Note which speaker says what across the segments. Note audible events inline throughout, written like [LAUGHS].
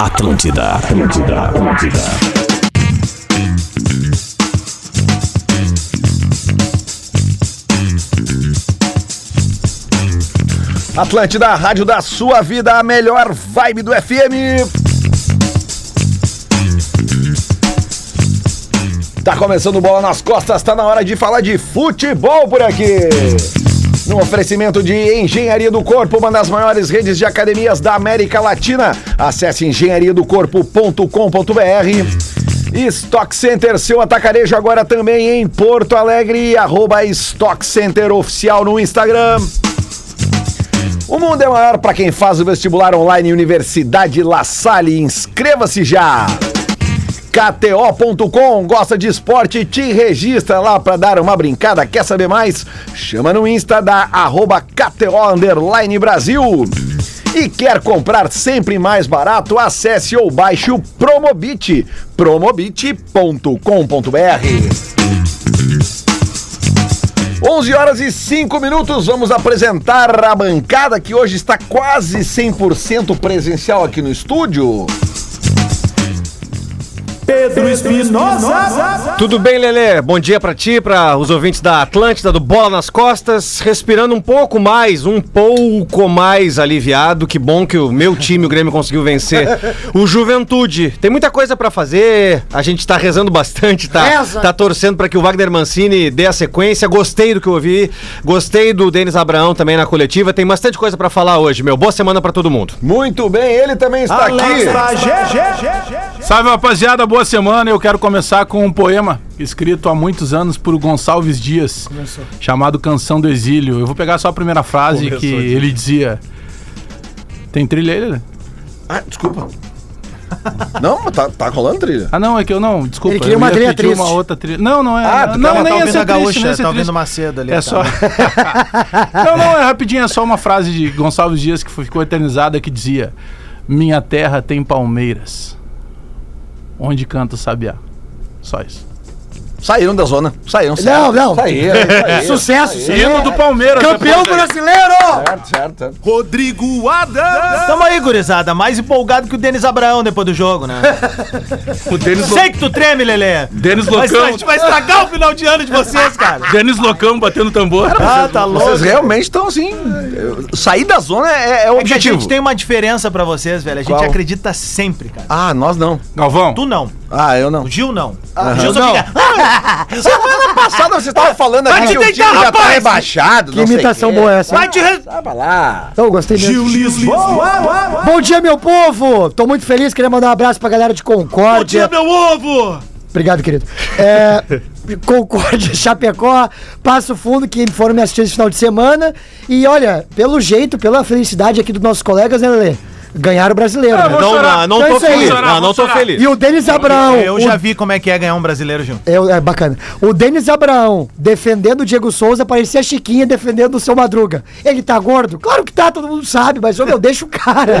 Speaker 1: Atlântida, Atlântida, Atlântida.
Speaker 2: Atlântida, a rádio da sua vida, a melhor vibe do FM. Tá começando o bola nas costas, tá na hora de falar de futebol por aqui. No oferecimento de Engenharia do Corpo, uma das maiores redes de academias da América Latina. Acesse engenhariadocorpo.com.br. Stock Center, seu atacarejo agora também em Porto Alegre. Arroba Stock Center Oficial no Instagram. O mundo é maior para quem faz o vestibular online Universidade La Salle. Inscreva-se já! KTO.com gosta de esporte, te registra lá para dar uma brincada. Quer saber mais? Chama no Insta da arroba KTO Underline Brasil. E quer comprar sempre mais barato? Acesse ou baixe o Promobit, promobit.com.br. 11 horas e 5 minutos, vamos apresentar a bancada que hoje está quase 100% presencial aqui no estúdio.
Speaker 3: Pedro Espinosa.
Speaker 4: Tudo bem, Lelê? Bom dia pra ti, pra os ouvintes da Atlântida, do Bola nas Costas. Respirando um pouco mais, um pouco mais aliviado. Que bom que o meu time, o Grêmio, conseguiu vencer. O Juventude. Tem muita coisa pra fazer. A gente tá rezando bastante, tá?
Speaker 5: Reza.
Speaker 4: Tá torcendo pra que o Wagner Mancini dê a sequência. Gostei do que eu ouvi. Gostei do Denis Abraão também na coletiva. Tem bastante coisa pra falar hoje, meu. Boa semana pra todo mundo.
Speaker 2: Muito bem, ele também está aqui.
Speaker 6: Salve rapaziada, boa semana. Eu quero começar com um poema escrito há muitos anos por Gonçalves Dias, chamado Canção do Exílio. Eu vou pegar só a primeira frase que ele dizia. Tem trilha aí, Lelê?
Speaker 2: Ah, desculpa. Não, mas tá, tá rolando trilha.
Speaker 6: Ah, não, é que eu não, desculpa.
Speaker 5: Ele queria
Speaker 6: eu
Speaker 5: uma
Speaker 6: ia
Speaker 5: trilha
Speaker 6: pedir uma
Speaker 5: triste.
Speaker 6: outra trilha. Não, não é.
Speaker 2: Ah, tu
Speaker 6: não,
Speaker 2: tava-
Speaker 6: nem
Speaker 3: tá
Speaker 6: essa
Speaker 3: ouvindo
Speaker 6: triste,
Speaker 3: a
Speaker 6: nem
Speaker 3: gaúcha,
Speaker 6: essa
Speaker 3: tá
Speaker 6: triste.
Speaker 3: ouvindo Macedo ali.
Speaker 6: É
Speaker 3: tá.
Speaker 6: só. [LAUGHS] não, não, é rapidinho, é só uma frase de Gonçalves Dias que ficou eternizada que dizia: Minha terra tem palmeiras. Onde canta o sabiá. Só isso.
Speaker 2: Saíram da zona. Saíram,
Speaker 5: Não, não.
Speaker 2: Saíram,
Speaker 3: [LAUGHS]
Speaker 2: saíram.
Speaker 5: Sucesso,
Speaker 6: Hino do Palmeiras, né,
Speaker 5: Campeão brasileiro!
Speaker 2: Certo, certo, certo.
Speaker 3: Rodrigo Adams. Tamo aí, gurizada. Mais empolgado que o Denis Abraão depois do jogo, né?
Speaker 6: O Denis,
Speaker 3: Sei que tu treme, Lelê.
Speaker 6: Denis
Speaker 3: Vai,
Speaker 6: Locão.
Speaker 3: estra- vai estragar o final de ano de vocês, cara.
Speaker 6: Denis Locão batendo tambor.
Speaker 3: Ah, tá louco.
Speaker 2: Vocês realmente estão assim. Sair da zona é, é o
Speaker 3: É que a
Speaker 2: objetivo.
Speaker 3: gente tem um- uma diferença pra vocês, velho. A gente
Speaker 2: Qual?
Speaker 3: acredita sempre, cara.
Speaker 2: Ah, nós não.
Speaker 6: Galvão,
Speaker 3: Tu não.
Speaker 2: Ah,
Speaker 3: [LAUGHS]
Speaker 2: eu não.
Speaker 3: O Gil não. O Gil só
Speaker 2: Ah, Não.
Speaker 3: fica... "Ah,
Speaker 2: Semana passada vocês estavam falando
Speaker 3: Vai
Speaker 2: aqui
Speaker 3: te
Speaker 2: que o time
Speaker 3: deitar,
Speaker 2: já tá
Speaker 3: rapaz!
Speaker 2: rebaixado.
Speaker 5: Que imitação boa é essa? hein?
Speaker 3: Vai te... re-
Speaker 2: Tava lá.
Speaker 5: Eu gostei mesmo. Bom dia, meu povo! Tô muito feliz, queria mandar um abraço pra galera de
Speaker 3: Bom dia,
Speaker 5: Concórdia.
Speaker 3: meu ovo!
Speaker 5: Obrigado, querido. É, Concórdia, [LAUGHS] Chapecó, Passo Fundo, que foram me assistir esse final de semana. E olha, pelo jeito, pela felicidade aqui dos nossos colegas, né, Lelê? Ganharam o brasileiro. né?
Speaker 6: Ah, vou
Speaker 4: Não,
Speaker 6: chorar.
Speaker 4: não, não
Speaker 5: Então é
Speaker 4: tô
Speaker 5: isso aí.
Speaker 4: feliz.
Speaker 6: Vamos chorar,
Speaker 4: Não, não
Speaker 6: vamos
Speaker 4: tô
Speaker 6: chorar.
Speaker 4: feliz.
Speaker 5: E o Denis Abraão.
Speaker 3: Eu
Speaker 5: o
Speaker 3: já vi como é que é ganhar um brasileiro, Gil.
Speaker 5: É, é bacana. O Denis Abraão defendendo o Diego Souza parecia Chiquinha defendendo o seu Madruga. Ele tá gordo? Claro que tá, todo mundo sabe, mas ô meu, deixa o cara.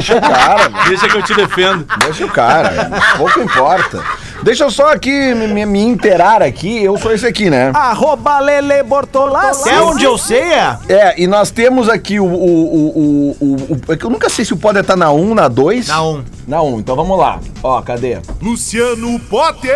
Speaker 6: [LAUGHS]
Speaker 5: [LAUGHS]
Speaker 2: Cara, meu,
Speaker 6: deixa que eu te defendo.
Speaker 2: deixa o cara. Pouco importa. Deixa eu só aqui me, me, me inteirar aqui. Eu sou esse aqui, né?
Speaker 3: Arroba Lele Bortolassi. É onde eu sei, é?
Speaker 2: É, e nós temos aqui o. o, o, o, o, o- é que eu nunca sei se o Potter tá na 1, na 2.
Speaker 3: Na um.
Speaker 2: Na 1, então vamos lá. Ó, cadê?
Speaker 7: Luciano Potter.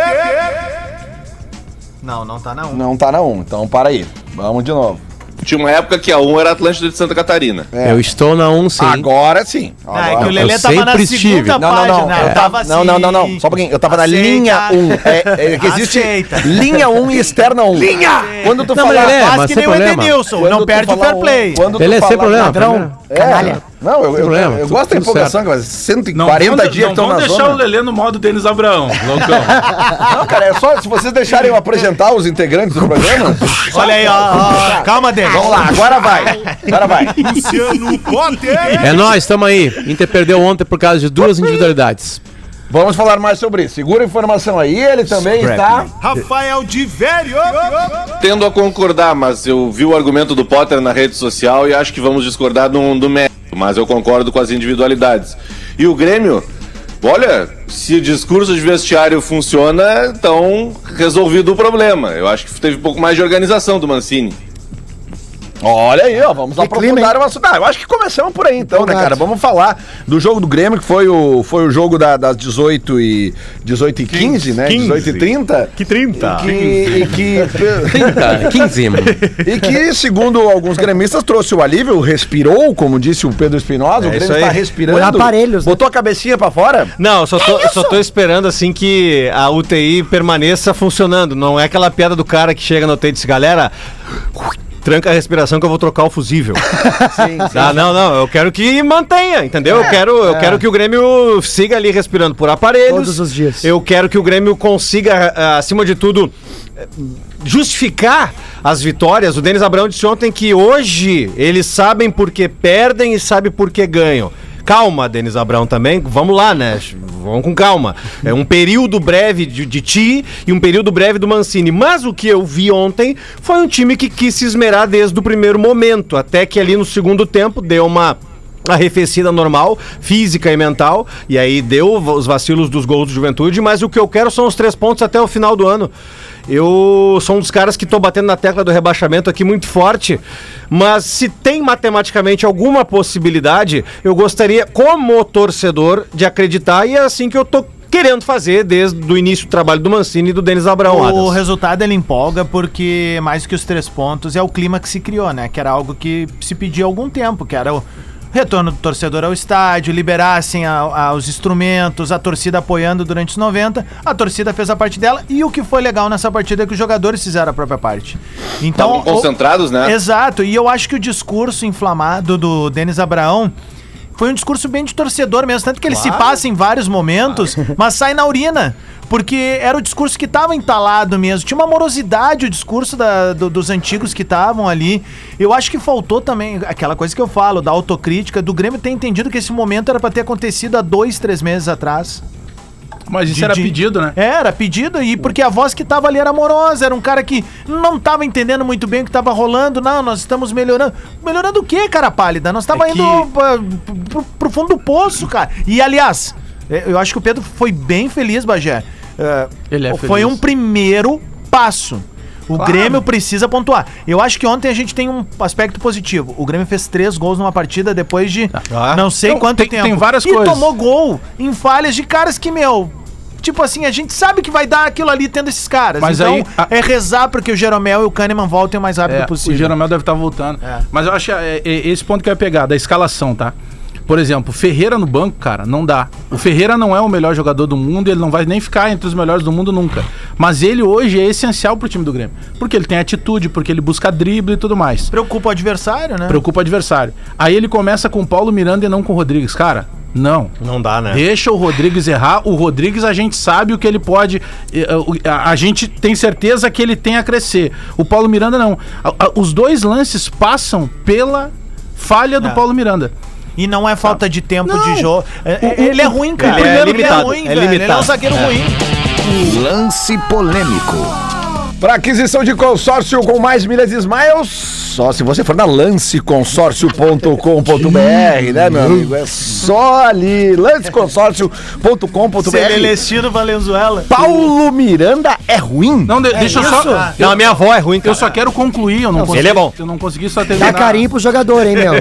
Speaker 3: Não, não tá na um.
Speaker 2: Não tá na 1, então para aí. Vamos de novo.
Speaker 8: Tinha uma época que a 1 era Atlântida de Santa Catarina.
Speaker 4: Eu estou na 1, sim.
Speaker 2: Agora sim.
Speaker 3: Ah, é que o
Speaker 2: Agora.
Speaker 3: Lelê
Speaker 4: Eu
Speaker 3: tava na
Speaker 4: sempre estive.
Speaker 3: segunda
Speaker 2: Não, não,
Speaker 3: página.
Speaker 2: não. é,
Speaker 3: eu tava assim,
Speaker 2: não, não, não, não. Só um pouquinho. Eu tava na
Speaker 3: Aceita.
Speaker 2: linha 1. É, é que existe
Speaker 3: Aceita.
Speaker 2: linha 1 e externa 1. Linha! Quando tu falar.
Speaker 4: Lelê,
Speaker 3: Faz
Speaker 4: mas
Speaker 3: que
Speaker 4: sem
Speaker 3: nem o
Speaker 4: problema.
Speaker 3: Edenilson,
Speaker 2: quando
Speaker 3: não
Speaker 2: tu
Speaker 3: perde o
Speaker 2: falar
Speaker 3: fair
Speaker 2: um-
Speaker 3: play.
Speaker 2: quando tu
Speaker 4: Beleza, é sem
Speaker 2: falar-
Speaker 4: problema. né?
Speaker 5: Ladrão.
Speaker 2: É,
Speaker 5: Canalha.
Speaker 2: Não, eu, eu,
Speaker 4: Problema,
Speaker 2: eu
Speaker 4: tudo-
Speaker 2: gosto da
Speaker 4: tudo
Speaker 2: empolgação,
Speaker 4: certo.
Speaker 2: cara.
Speaker 6: Não
Speaker 2: 140
Speaker 6: vão
Speaker 2: dias
Speaker 6: de-
Speaker 2: que
Speaker 6: não
Speaker 2: estão
Speaker 6: vão
Speaker 2: na
Speaker 6: deixar
Speaker 2: zona.
Speaker 6: o Lelê no modo Denis
Speaker 3: [LAUGHS]
Speaker 6: Abraão, loucão.
Speaker 2: Não, cara, é só se vocês deixarem eu apresentar os integrantes do programa.
Speaker 3: Olha aí, ó, ó, ó. Calma, Denis.
Speaker 2: um, Vamos lá, agora vai. Agora vai.
Speaker 7: Luciano Potter.
Speaker 4: É nóis, tamo aí. Inter perdeu ontem por causa de duas individualidades.
Speaker 2: Vamos falar mais sobre isso. Segura a informação aí. Ele também está.
Speaker 7: Rafael de Vério.
Speaker 8: Tendo a concordar, mas eu vi o argumento do Potter na rede social e acho que vamos discordar do, do mérito, mas eu concordo com as individualidades. E o Grêmio, olha, se discurso de vestiário funciona, então resolvido o problema. Eu acho que teve um pouco mais de organização do Mancini.
Speaker 2: Olha aí, ó, vamos
Speaker 5: Que clima,
Speaker 2: aprofundar o assunto. Ah, eu acho que começamos por aí então, né,
Speaker 5: Empolgado.
Speaker 2: cara? Vamos falar do jogo do Grêmio, que foi o, foi o jogo da- das 18 e, 18 e 15, né? 18 e 30.
Speaker 4: Que 30.
Speaker 2: Que, e que
Speaker 4: 30, 15, mano.
Speaker 2: E que, segundo alguns gremistas, trouxe o alívio, respirou, como disse o Pedro Espinosa. o Grêmio
Speaker 4: É isso aí.
Speaker 2: está respirando.
Speaker 5: Olhar aparelhos, né?
Speaker 2: Botou a cabecinha pra fora?
Speaker 4: Não, eu só
Speaker 3: É
Speaker 4: tô, só tô esperando assim que a UTI permaneça funcionando. Não é aquela piada do cara que chega na UTI e diz, galera, tranca a respiração que eu vou trocar o
Speaker 3: [LAUGHS]
Speaker 4: fusível. Ah, não, não, eu quero que mantenha, entendeu?
Speaker 3: É,
Speaker 4: eu quero, eu quero que o Grêmio siga ali respirando por aparelhos.
Speaker 5: Todos os dias.
Speaker 4: Eu quero que o Grêmio consiga, ah, acima de tudo, eh, justificar as vitórias. O Denis Abraão disse ontem que hoje eles sabem por que perdem e sabem por que ganham. Calma, Denis Abraão também. Vamos lá, né? Vamos com calma. É um período breve de, de Ti e um período breve do Mancini. Mas o que eu vi ontem foi um time que quis se esmerar desde o primeiro momento, até que ali no segundo tempo deu uma arrefecida normal, física e mental, e aí deu os vacilos dos gols do Juventude, mas o que eu quero são os três pontos até o final do ano. Eu sou um dos caras que tô batendo na tecla do rebaixamento aqui muito forte, mas se tem matematicamente alguma possibilidade, eu gostaria, como torcedor, de acreditar, e é assim que eu tô querendo fazer desde o início do trabalho do Mancini e do Denis Abraão.
Speaker 3: O
Speaker 4: Adas.
Speaker 3: resultado ele empolga porque, mais que os três pontos, é o clima que se criou, né? Que era algo que se pedia há algum tempo, que era o retorno do torcedor ao estádio, liberassem a- a- os instrumentos, a torcida apoiando durante os 90, a torcida fez a parte dela e o que foi legal nessa partida é que os jogadores fizeram a própria parte. Então,
Speaker 8: Estavam concentrados, né?
Speaker 3: Exato, e eu acho que o discurso inflamado do Denis Abraão foi um discurso bem de torcedor mesmo, tanto que ele se passa em vários momentos, mas sai na urina. Porque era o discurso que estava entalado mesmo. Tinha uma morosidade o discurso da- do- dos antigos que estavam ali. Eu acho que faltou também aquela coisa que eu falo, da autocrítica, do Grêmio ter entendido que esse momento era para ter acontecido há dois, três meses atrás.
Speaker 6: Mas isso
Speaker 3: De-
Speaker 6: era
Speaker 3: de-
Speaker 6: pedido, né?
Speaker 3: É, Era pedido e porque a voz que tava ali era amorosa, era um cara que não tava entendendo muito bem o que tava rolando. Não, nós estamos melhorando. Melhorando o quê, cara pálida? Nós tava
Speaker 6: É que-
Speaker 3: indo pra- pro, pro fundo do poço, cara. E aliás, é, eu acho que o Pedro foi bem feliz, Bagé. É,
Speaker 6: Ele é
Speaker 3: foi
Speaker 6: feliz.
Speaker 3: um primeiro passo. O
Speaker 6: Claro.
Speaker 3: Grêmio precisa pontuar. Eu acho que ontem a gente tem um aspecto positivo. O Grêmio fez três gols numa partida depois de
Speaker 6: Ah.
Speaker 3: não sei
Speaker 6: Então,
Speaker 3: quanto
Speaker 6: tem-
Speaker 3: tempo.
Speaker 6: tem várias
Speaker 3: e
Speaker 6: coisas.
Speaker 3: tomou gol em falhas de caras que, meu. Tipo assim, a gente sabe que vai dar aquilo ali tendo esses caras.
Speaker 6: Mas
Speaker 3: então,
Speaker 6: aí, a-
Speaker 3: é rezar porque o Jeromel e o Kahneman voltem o mais rápido
Speaker 6: É,
Speaker 3: possível.
Speaker 6: O Jeromel deve estar voltando.
Speaker 3: É.
Speaker 6: Mas eu acho é, é, esse ponto que eu ia pegar, da escalação, tá? Por exemplo, Ferreira no banco, cara, não dá. O Ferreira não é o melhor jogador do mundo, ele não vai nem ficar entre os melhores do mundo nunca. Mas ele hoje é essencial pro time do Grêmio. Porque ele tem atitude, porque ele busca drible e tudo mais.
Speaker 3: Preocupa o adversário, né?
Speaker 6: Ah. Preocupa o adversário. Aí ele começa com o Paulo Miranda e não com o Rodrigues. Cara, não.
Speaker 4: Não dá,
Speaker 3: É.
Speaker 4: né?
Speaker 6: Deixa o Rodrigues errar. O Rodrigues a gente sabe o que ele pode. eh, eh, o- A a gente tem certeza que ele tem a crescer. O Paulo Miranda não. A- a- Os dois lances passam pela falha do
Speaker 3: É.
Speaker 6: Paulo Miranda.
Speaker 3: E não é falta de tempo de jogo. É-
Speaker 6: O- o-
Speaker 3: ele é ruim, cara.
Speaker 4: Ele é limitado,
Speaker 3: ruim,
Speaker 4: é
Speaker 3: velho. Ele é um
Speaker 4: limitado.
Speaker 3: zagueiro ruim.
Speaker 9: Lance polêmico.
Speaker 2: Para aquisição de consórcio com mais milhas de smiles, só se você for na lanceconsórcio.com.br, né, meu amigo? É só ali, lanceconsórcio.com.br.
Speaker 3: é Celestino Valenzuela.
Speaker 2: Paulo Miranda é ruim?
Speaker 6: Não, de- deixa eu só.
Speaker 3: Ah,
Speaker 4: Não, a minha avó é ruim, cara.
Speaker 6: Eu só quero concluir. Eu não consegui-
Speaker 4: ele é bom.
Speaker 6: Eu não consegui só terminar.
Speaker 5: Dá carinho pro jogador, hein,
Speaker 6: [LAUGHS]
Speaker 5: meu?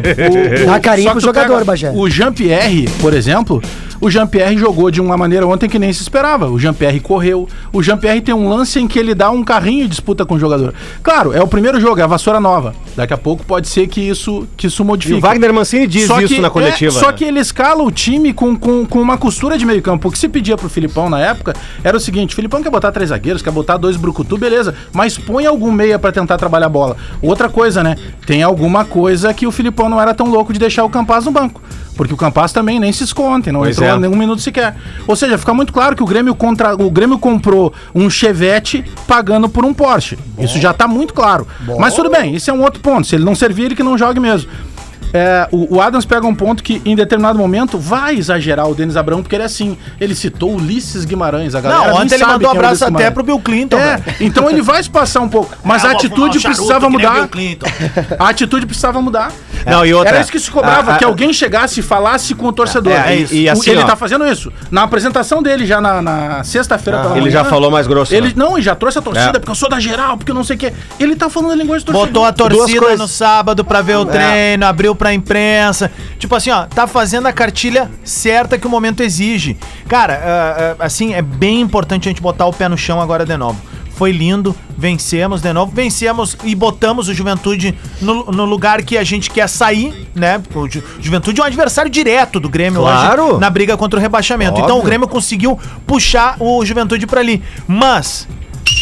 Speaker 5: Dá carinho
Speaker 6: Só
Speaker 5: pro
Speaker 6: que tu
Speaker 5: jogador,
Speaker 6: pega
Speaker 5: Bagé.
Speaker 6: O Jean-Pierre, por exemplo, o Jean-Pierre jogou de uma maneira ontem que nem se esperava. O Jean-Pierre correu. O Jean-Pierre tem um lance em que ele dá um carrinho e disputa com o jogador. Claro, é o primeiro jogo, é a vassoura nova. Daqui a pouco pode ser que isso, que isso
Speaker 4: E
Speaker 6: modifique.
Speaker 4: o Wagner Mancini diz
Speaker 6: assim, Só
Speaker 4: isso
Speaker 6: que-
Speaker 4: na coletiva.
Speaker 6: é, só
Speaker 4: né?
Speaker 6: que ele escala o time com, com, com uma costura de meio campo. O que se pedia pro Filipão na época era o seguinte: o Filipão quer botar três zagueiros, quer botar dois brucutu, beleza, mas põe algum meia pra tentar trabalhar a bola. Outra coisa, né? Tem alguma coisa que o Filipão não era tão louco de deixar o Campaz no banco. Porque o Campaz também nem se esconde, não
Speaker 4: Pois
Speaker 6: entrou
Speaker 4: é.
Speaker 6: nenhum um minuto sequer. Ou seja, fica muito claro que o Grêmio contra o Grêmio comprou um Chevette pagando por um Porsche. Isso já tá muito claro. Mas tudo bem, esse é um outro ponto. Se ele não servir, ele que não jogue mesmo. É, o, o Adams pega um ponto que, em determinado momento, vai exagerar o Denis Abrão, porque ele é assim. Ele citou Ulisses Guimarães, a galera.
Speaker 3: Não,
Speaker 6: nem
Speaker 3: ontem ele
Speaker 6: sabe quem é
Speaker 3: mandou
Speaker 6: o
Speaker 3: abraço
Speaker 6: Ulisses
Speaker 3: até
Speaker 6: Guimarães.
Speaker 3: pro Bill Clinton.
Speaker 6: É,
Speaker 3: velho. É
Speaker 6: então ele vai espaçar um pouco. Mas a atitude precisava mudar. A atitude precisava mudar.
Speaker 4: Não, e outra.
Speaker 6: Era isso que se cobrava,
Speaker 4: Ah, ah,
Speaker 6: que é alguém chegasse e falasse com o torcedor.
Speaker 4: É, é isso. E
Speaker 6: O-
Speaker 4: assim,
Speaker 6: ele
Speaker 4: ó.
Speaker 6: tá fazendo isso. Na apresentação dele, já na, na sexta-feira pela
Speaker 4: ele já falou mais grosso,
Speaker 6: Ele
Speaker 4: né?
Speaker 6: não, e já trouxe a torcida,
Speaker 4: É.
Speaker 6: porque eu sou da geral, porque eu não sei o quê. Ele tá falando a linguagem do torcedor.
Speaker 3: Botou a
Speaker 4: Duas
Speaker 3: torcida
Speaker 4: coisas.
Speaker 3: no sábado pra ver o treino, abriu pra imprensa. Tipo assim, ó, tá fazendo a cartilha certa que o momento exige. Cara, ah, ah, assim, é bem importante a gente botar o pé no chão agora de novo. Foi lindo, vencemos de novo, vencemos e botamos o Juventude no, no lugar que a gente quer sair, né? O Ju- Juventude é um adversário direto do Grêmio
Speaker 4: Claro.
Speaker 3: hoje na briga contra o rebaixamento. Então o
Speaker 4: Óbvio.
Speaker 3: Grêmio conseguiu puxar o Juventude pra ali. Mas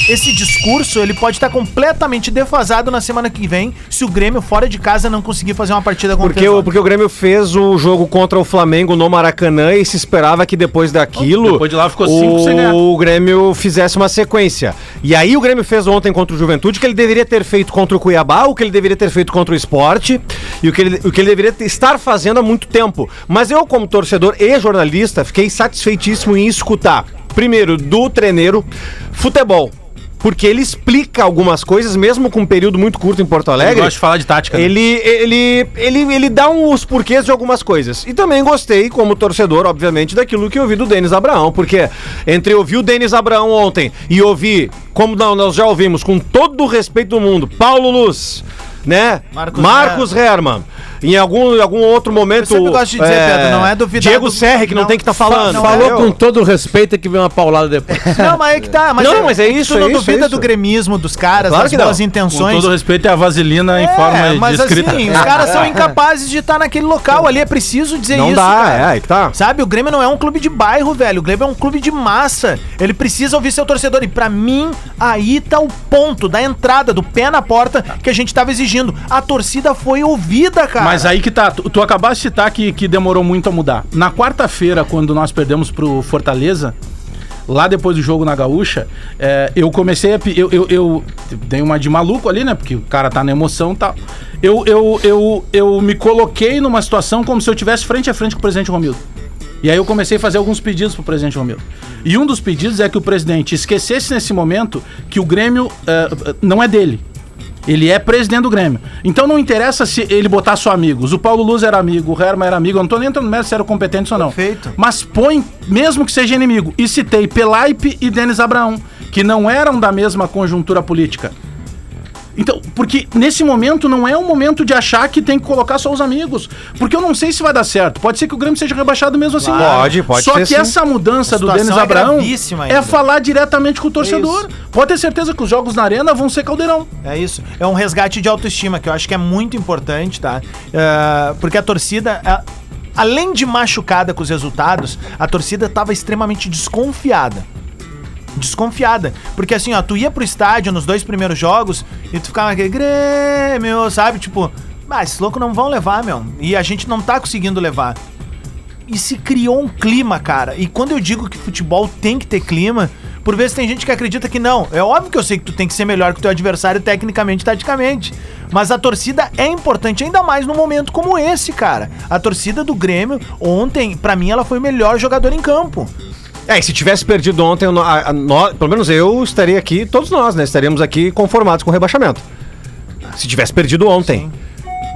Speaker 3: esse discurso ele pode estar completamente defasado na semana que vem se o Grêmio fora de casa não conseguir fazer uma partida com
Speaker 4: Porque o, porque o Grêmio fez o jogo contra o Flamengo no Maracanã e se esperava que depois daquilo.
Speaker 6: Depois de lá ficou cinco
Speaker 4: o,
Speaker 6: sem ganhar.
Speaker 4: o Grêmio fizesse uma sequência. E aí o Grêmio fez ontem contra o Juventude o que ele deveria ter feito contra o Cuiabá, o que ele deveria ter feito contra o Esporte e o que ele, o que ele deveria ter- estar fazendo há muito tempo. Mas eu, como torcedor e jornalista, fiquei satisfeitíssimo em escutar, primeiro, do treineiro, futebol. Porque ele explica algumas coisas, mesmo com um período muito curto em Porto Alegre.
Speaker 6: gosta de falar de tática, né?
Speaker 4: Ele, ele, ele, ele dá um- os porquês de algumas coisas. E também gostei, como torcedor, obviamente, daquilo que eu ouvi do Denis Abraão, porque entre ouvir o Denis Abraão ontem e ouvir, como não- nós já ouvimos, com todo o respeito do mundo, Paulo Luz, né?
Speaker 3: Marcos
Speaker 4: Marcos, Herman. Em algum, em algum outro momento.
Speaker 3: Eu sempre gosto de dizer, Pedro, não é duvidar
Speaker 4: Diego
Speaker 3: do-
Speaker 4: Serre, que não,
Speaker 3: não,
Speaker 4: tem que estar falando.
Speaker 3: não é.
Speaker 10: Falou
Speaker 4: entendeu?
Speaker 10: com todo o respeito que vem uma paulada depois.
Speaker 3: Não, mas é que tá. Mas
Speaker 4: Não, mas é
Speaker 3: que
Speaker 4: isso,
Speaker 3: Tu
Speaker 4: é
Speaker 3: não
Speaker 4: isso, é
Speaker 3: duvida
Speaker 4: isso.
Speaker 3: do gremismo dos caras,
Speaker 4: Claro
Speaker 3: das
Speaker 4: que não.
Speaker 3: boas
Speaker 6: Com
Speaker 3: intenções.
Speaker 6: todo respeito, é a vaselina em forma
Speaker 3: é,
Speaker 6: de
Speaker 3: mas
Speaker 6: escrita.
Speaker 3: assim, os caras são incapazes de estar naquele local ali. É preciso dizer
Speaker 4: Não
Speaker 3: isso.
Speaker 4: dá,
Speaker 3: cara.
Speaker 4: é, aí que tá.
Speaker 3: Sabe, o Grêmio não é um clube de bairro, velho. O Grêmio é um clube de massa. Ele precisa ouvir seu torcedor. E pra mim, aí tá o ponto da entrada, do pé na porta que a gente tava exigindo. A torcida foi ouvida, cara.
Speaker 6: Mas aí que tá, tu, tu acabaste de citar que, que demorou muito a mudar. Na quarta-feira, quando nós perdemos pro Fortaleza, lá depois do jogo na Gaúcha, é, eu comecei a. pe- Eu, eu, eu dei uma de maluco ali, né? Porque o cara tá na emoção e tal. Eu, eu, eu, eu me coloquei numa situação como se eu tivesse frente a frente com o presidente Romildo. E aí eu comecei a fazer alguns pedidos pro presidente Romildo. E um dos pedidos é que o presidente esquecesse nesse momento que o Grêmio eh, não é dele. Ele é presidente do Grêmio. Então não interessa se ele botar só amigos. O Paulo Luz era amigo, o Herman era amigo. Eu não tô nem entrando no mérito se eram competentes ou não.
Speaker 3: Perfeito.
Speaker 6: Mas põe, mesmo que seja inimigo. E citei Pelaipe e Denis Abraão, que não eram da mesma conjuntura política. Então, porque nesse momento não é um momento de achar que tem que colocar só os amigos. Porque eu não sei se vai dar certo. Pode ser que o Grêmio seja rebaixado mesmo assim.
Speaker 4: Pode, pode
Speaker 6: Só
Speaker 4: ser
Speaker 6: que
Speaker 4: sim.
Speaker 6: essa mudança
Speaker 3: A
Speaker 6: do
Speaker 3: situação
Speaker 6: Denis
Speaker 3: é
Speaker 6: Abraão
Speaker 3: gravíssima
Speaker 6: é
Speaker 3: ainda.
Speaker 6: falar diretamente com o torcedor. Pode ter certeza que os jogos na arena vão ser caldeirão.
Speaker 3: É isso. É um resgate de autoestima, que eu acho que é muito importante, tá? É, porque a torcida. a- Além de machucada com os resultados, a torcida estava extremamente desconfiada. Desconfiada. Porque assim, ó, tu ia pro estádio nos dois primeiros jogos e tu ficava aquele Grêmio, sabe? Tipo, ah, esses loucos não vão levar, meu. E a gente não tá conseguindo levar e se criou um clima, cara. E quando eu digo que futebol tem que ter clima, por vezes tem gente que acredita que não. É óbvio que eu sei que tu tem que ser melhor que o teu adversário tecnicamente e taticamente. Mas a torcida é importante, ainda mais num momento como esse, cara. A torcida do Grêmio, ontem, pra mim, ela foi o melhor jogador em campo.
Speaker 4: É, e se tivesse perdido ontem, eu não- a- a- nó- pelo menos eu estaria aqui, todos nós, né? Estaríamos aqui conformados com o rebaixamento. Se tivesse perdido ontem.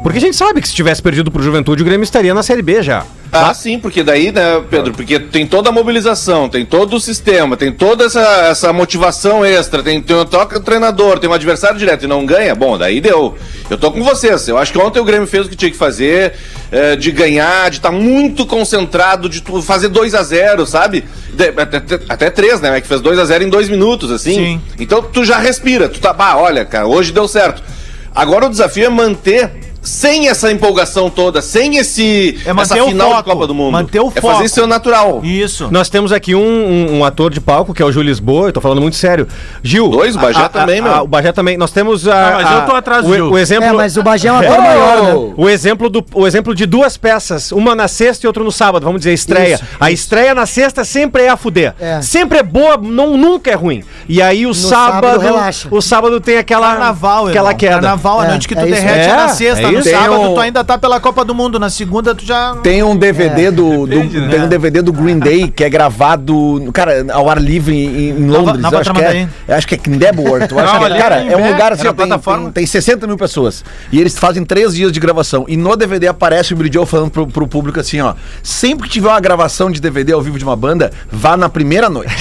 Speaker 4: Porque a gente sabe que se tivesse perdido pro Juventude, o Grêmio estaria na Série B já.
Speaker 8: Ah, sim, porque daí, né, Pedro? Porque tem toda a mobilização, tem todo o sistema, tem toda essa, essa motivação extra, tem, tem toca o treinador, tem um adversário direto e não ganha. Bom, daí deu. Eu tô com vocês. Eu acho que ontem o Grêmio fez o que tinha que fazer, eh, de ganhar, de estar muito concentrado, de tu fazer 2 a 0 sabe? De- até, até- até três, né? É que fez 2 a 0 em dois minutos, assim.
Speaker 3: Sim.
Speaker 8: Então tu já respira, tu tá, bah, olha, cara, hoje deu certo. Agora o desafio é manter sem essa empolgação toda, sem esse
Speaker 3: É manter
Speaker 8: essa
Speaker 3: o
Speaker 8: final
Speaker 3: foco,
Speaker 8: de Copa do Mundo.
Speaker 3: manter o
Speaker 8: é
Speaker 3: foco.
Speaker 8: fazer isso seu natural.
Speaker 3: Isso.
Speaker 4: Nós temos aqui um, um- um ator de palco, que é o Gil Lisboa, eu tô falando muito sério. Gil.
Speaker 8: Dois, o Bagé também, meu.
Speaker 4: o Bagé também. Nós temos a.
Speaker 6: Ah, mas eu
Speaker 4: a-
Speaker 6: tô atrás do
Speaker 4: o,
Speaker 6: Gil.
Speaker 4: o exemplo.
Speaker 5: É, mas o Bagé é um ator maior, né?
Speaker 4: O exemplo, do, o exemplo de duas peças, uma na sexta e outra no sábado, vamos dizer, estreia. a estreia na sexta sempre é a fuder.
Speaker 5: É.
Speaker 4: Sempre é boa, não, nunca é ruim. E aí o
Speaker 5: sábado,
Speaker 4: sábado.
Speaker 5: relaxa.
Speaker 4: o sábado tem aquela.
Speaker 3: Carnaval,
Speaker 4: aquela
Speaker 3: irmão.
Speaker 4: queda.
Speaker 3: Carnaval, a
Speaker 5: É,
Speaker 3: noite que tu
Speaker 5: é isso.
Speaker 3: derrete é,
Speaker 4: É,
Speaker 3: na sexta,
Speaker 4: é
Speaker 3: no
Speaker 4: Tem
Speaker 3: sábado
Speaker 4: um-
Speaker 3: tu ainda tá pela Copa do Mundo, na segunda tu já...
Speaker 2: Tem um DVD do, do-
Speaker 3: depende,
Speaker 2: tem
Speaker 3: né?
Speaker 2: um DVD do Green Day que é gravado, cara, ao ar livre em, em Londres.
Speaker 3: Nova
Speaker 2: eu acho, que é,
Speaker 3: Tramandaí.
Speaker 2: eu acho que é Knebworth. eu acho
Speaker 6: Não,
Speaker 2: que é-
Speaker 6: ali
Speaker 2: cara,
Speaker 6: é em
Speaker 2: é um
Speaker 6: Bé,
Speaker 2: lugar assim,
Speaker 6: é na
Speaker 2: ó, tem,
Speaker 6: plataforma.
Speaker 2: tem, tem 60 mil pessoas. E eles fazem três dias de gravação. E no DVD aparece o Bridiol falando pro, pro público assim, ó. Sempre que tiver uma gravação de DVD ao vivo de uma banda, vá na primeira noite.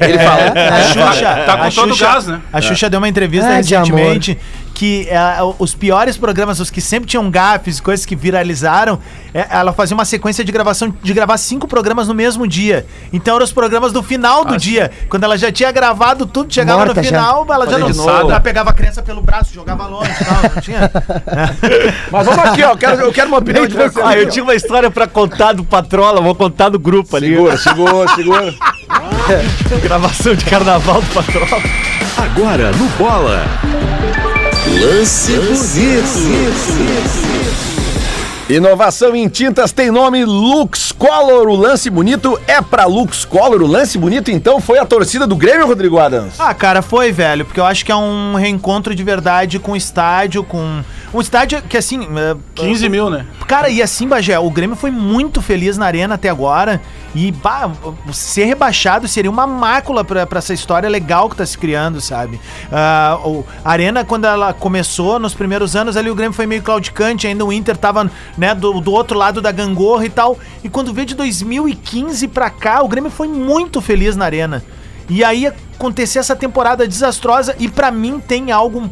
Speaker 2: Ele fala.
Speaker 3: É.
Speaker 5: né?
Speaker 3: A Xuxa,
Speaker 6: Tá com
Speaker 3: a
Speaker 6: todo o
Speaker 3: Xuxa-
Speaker 6: gás, né?
Speaker 3: A Xuxa deu uma entrevista
Speaker 5: Ah, É, de
Speaker 3: recentemente que é, os piores programas, os que sempre tinham gafes, coisas que viralizaram, é, ela fazia uma sequência de gravação de gravar cinco programas no mesmo dia. Então eram os programas do final
Speaker 10: Ah,
Speaker 3: do dia, quando ela já tinha gravado tudo, chegava
Speaker 5: Morta
Speaker 3: no
Speaker 5: já.
Speaker 3: final, ela já
Speaker 2: Fazer
Speaker 3: não
Speaker 2: de novo.
Speaker 3: Ela pegava a criança pelo braço, jogava longe, e tal, não
Speaker 5: [LAUGHS]
Speaker 3: tinha.
Speaker 2: Mas vamos aqui, ó. Eu quero, eu quero uma opinião de vocês.
Speaker 10: Ah, eu tinha uma história pra contar do Patrola, vou contar do grupo ali.
Speaker 2: Segura, segura, segura.
Speaker 10: Gravação de carnaval do Patrola.
Speaker 9: Agora no Bola. Lance bonito.
Speaker 2: Inovação em tintas tem nome Lux Color. O lance bonito é pra Lux Color. O lance bonito, então, foi a torcida do Grêmio, Rodrigo Adams.
Speaker 3: Ah, cara, foi, velho, porque eu acho que é um reencontro de verdade com o estádio, com. Um estádio que, assim. é,
Speaker 6: 15 mil, né?
Speaker 3: Cara, e assim, Bagé, o Grêmio foi muito feliz na arena até agora. E bah, ser rebaixado seria uma mácula pra, pra essa história legal que tá se criando, sabe? Ah, o- a arena, quando ela começou, nos primeiros anos, ali o Grêmio foi meio claudicante, ainda o Inter tava né, do, do outro lado da gangorra e tal. E quando veio de 2015 pra cá, o Grêmio foi muito feliz na arena. E aí aconteceu essa temporada desastrosa e pra mim tem algo.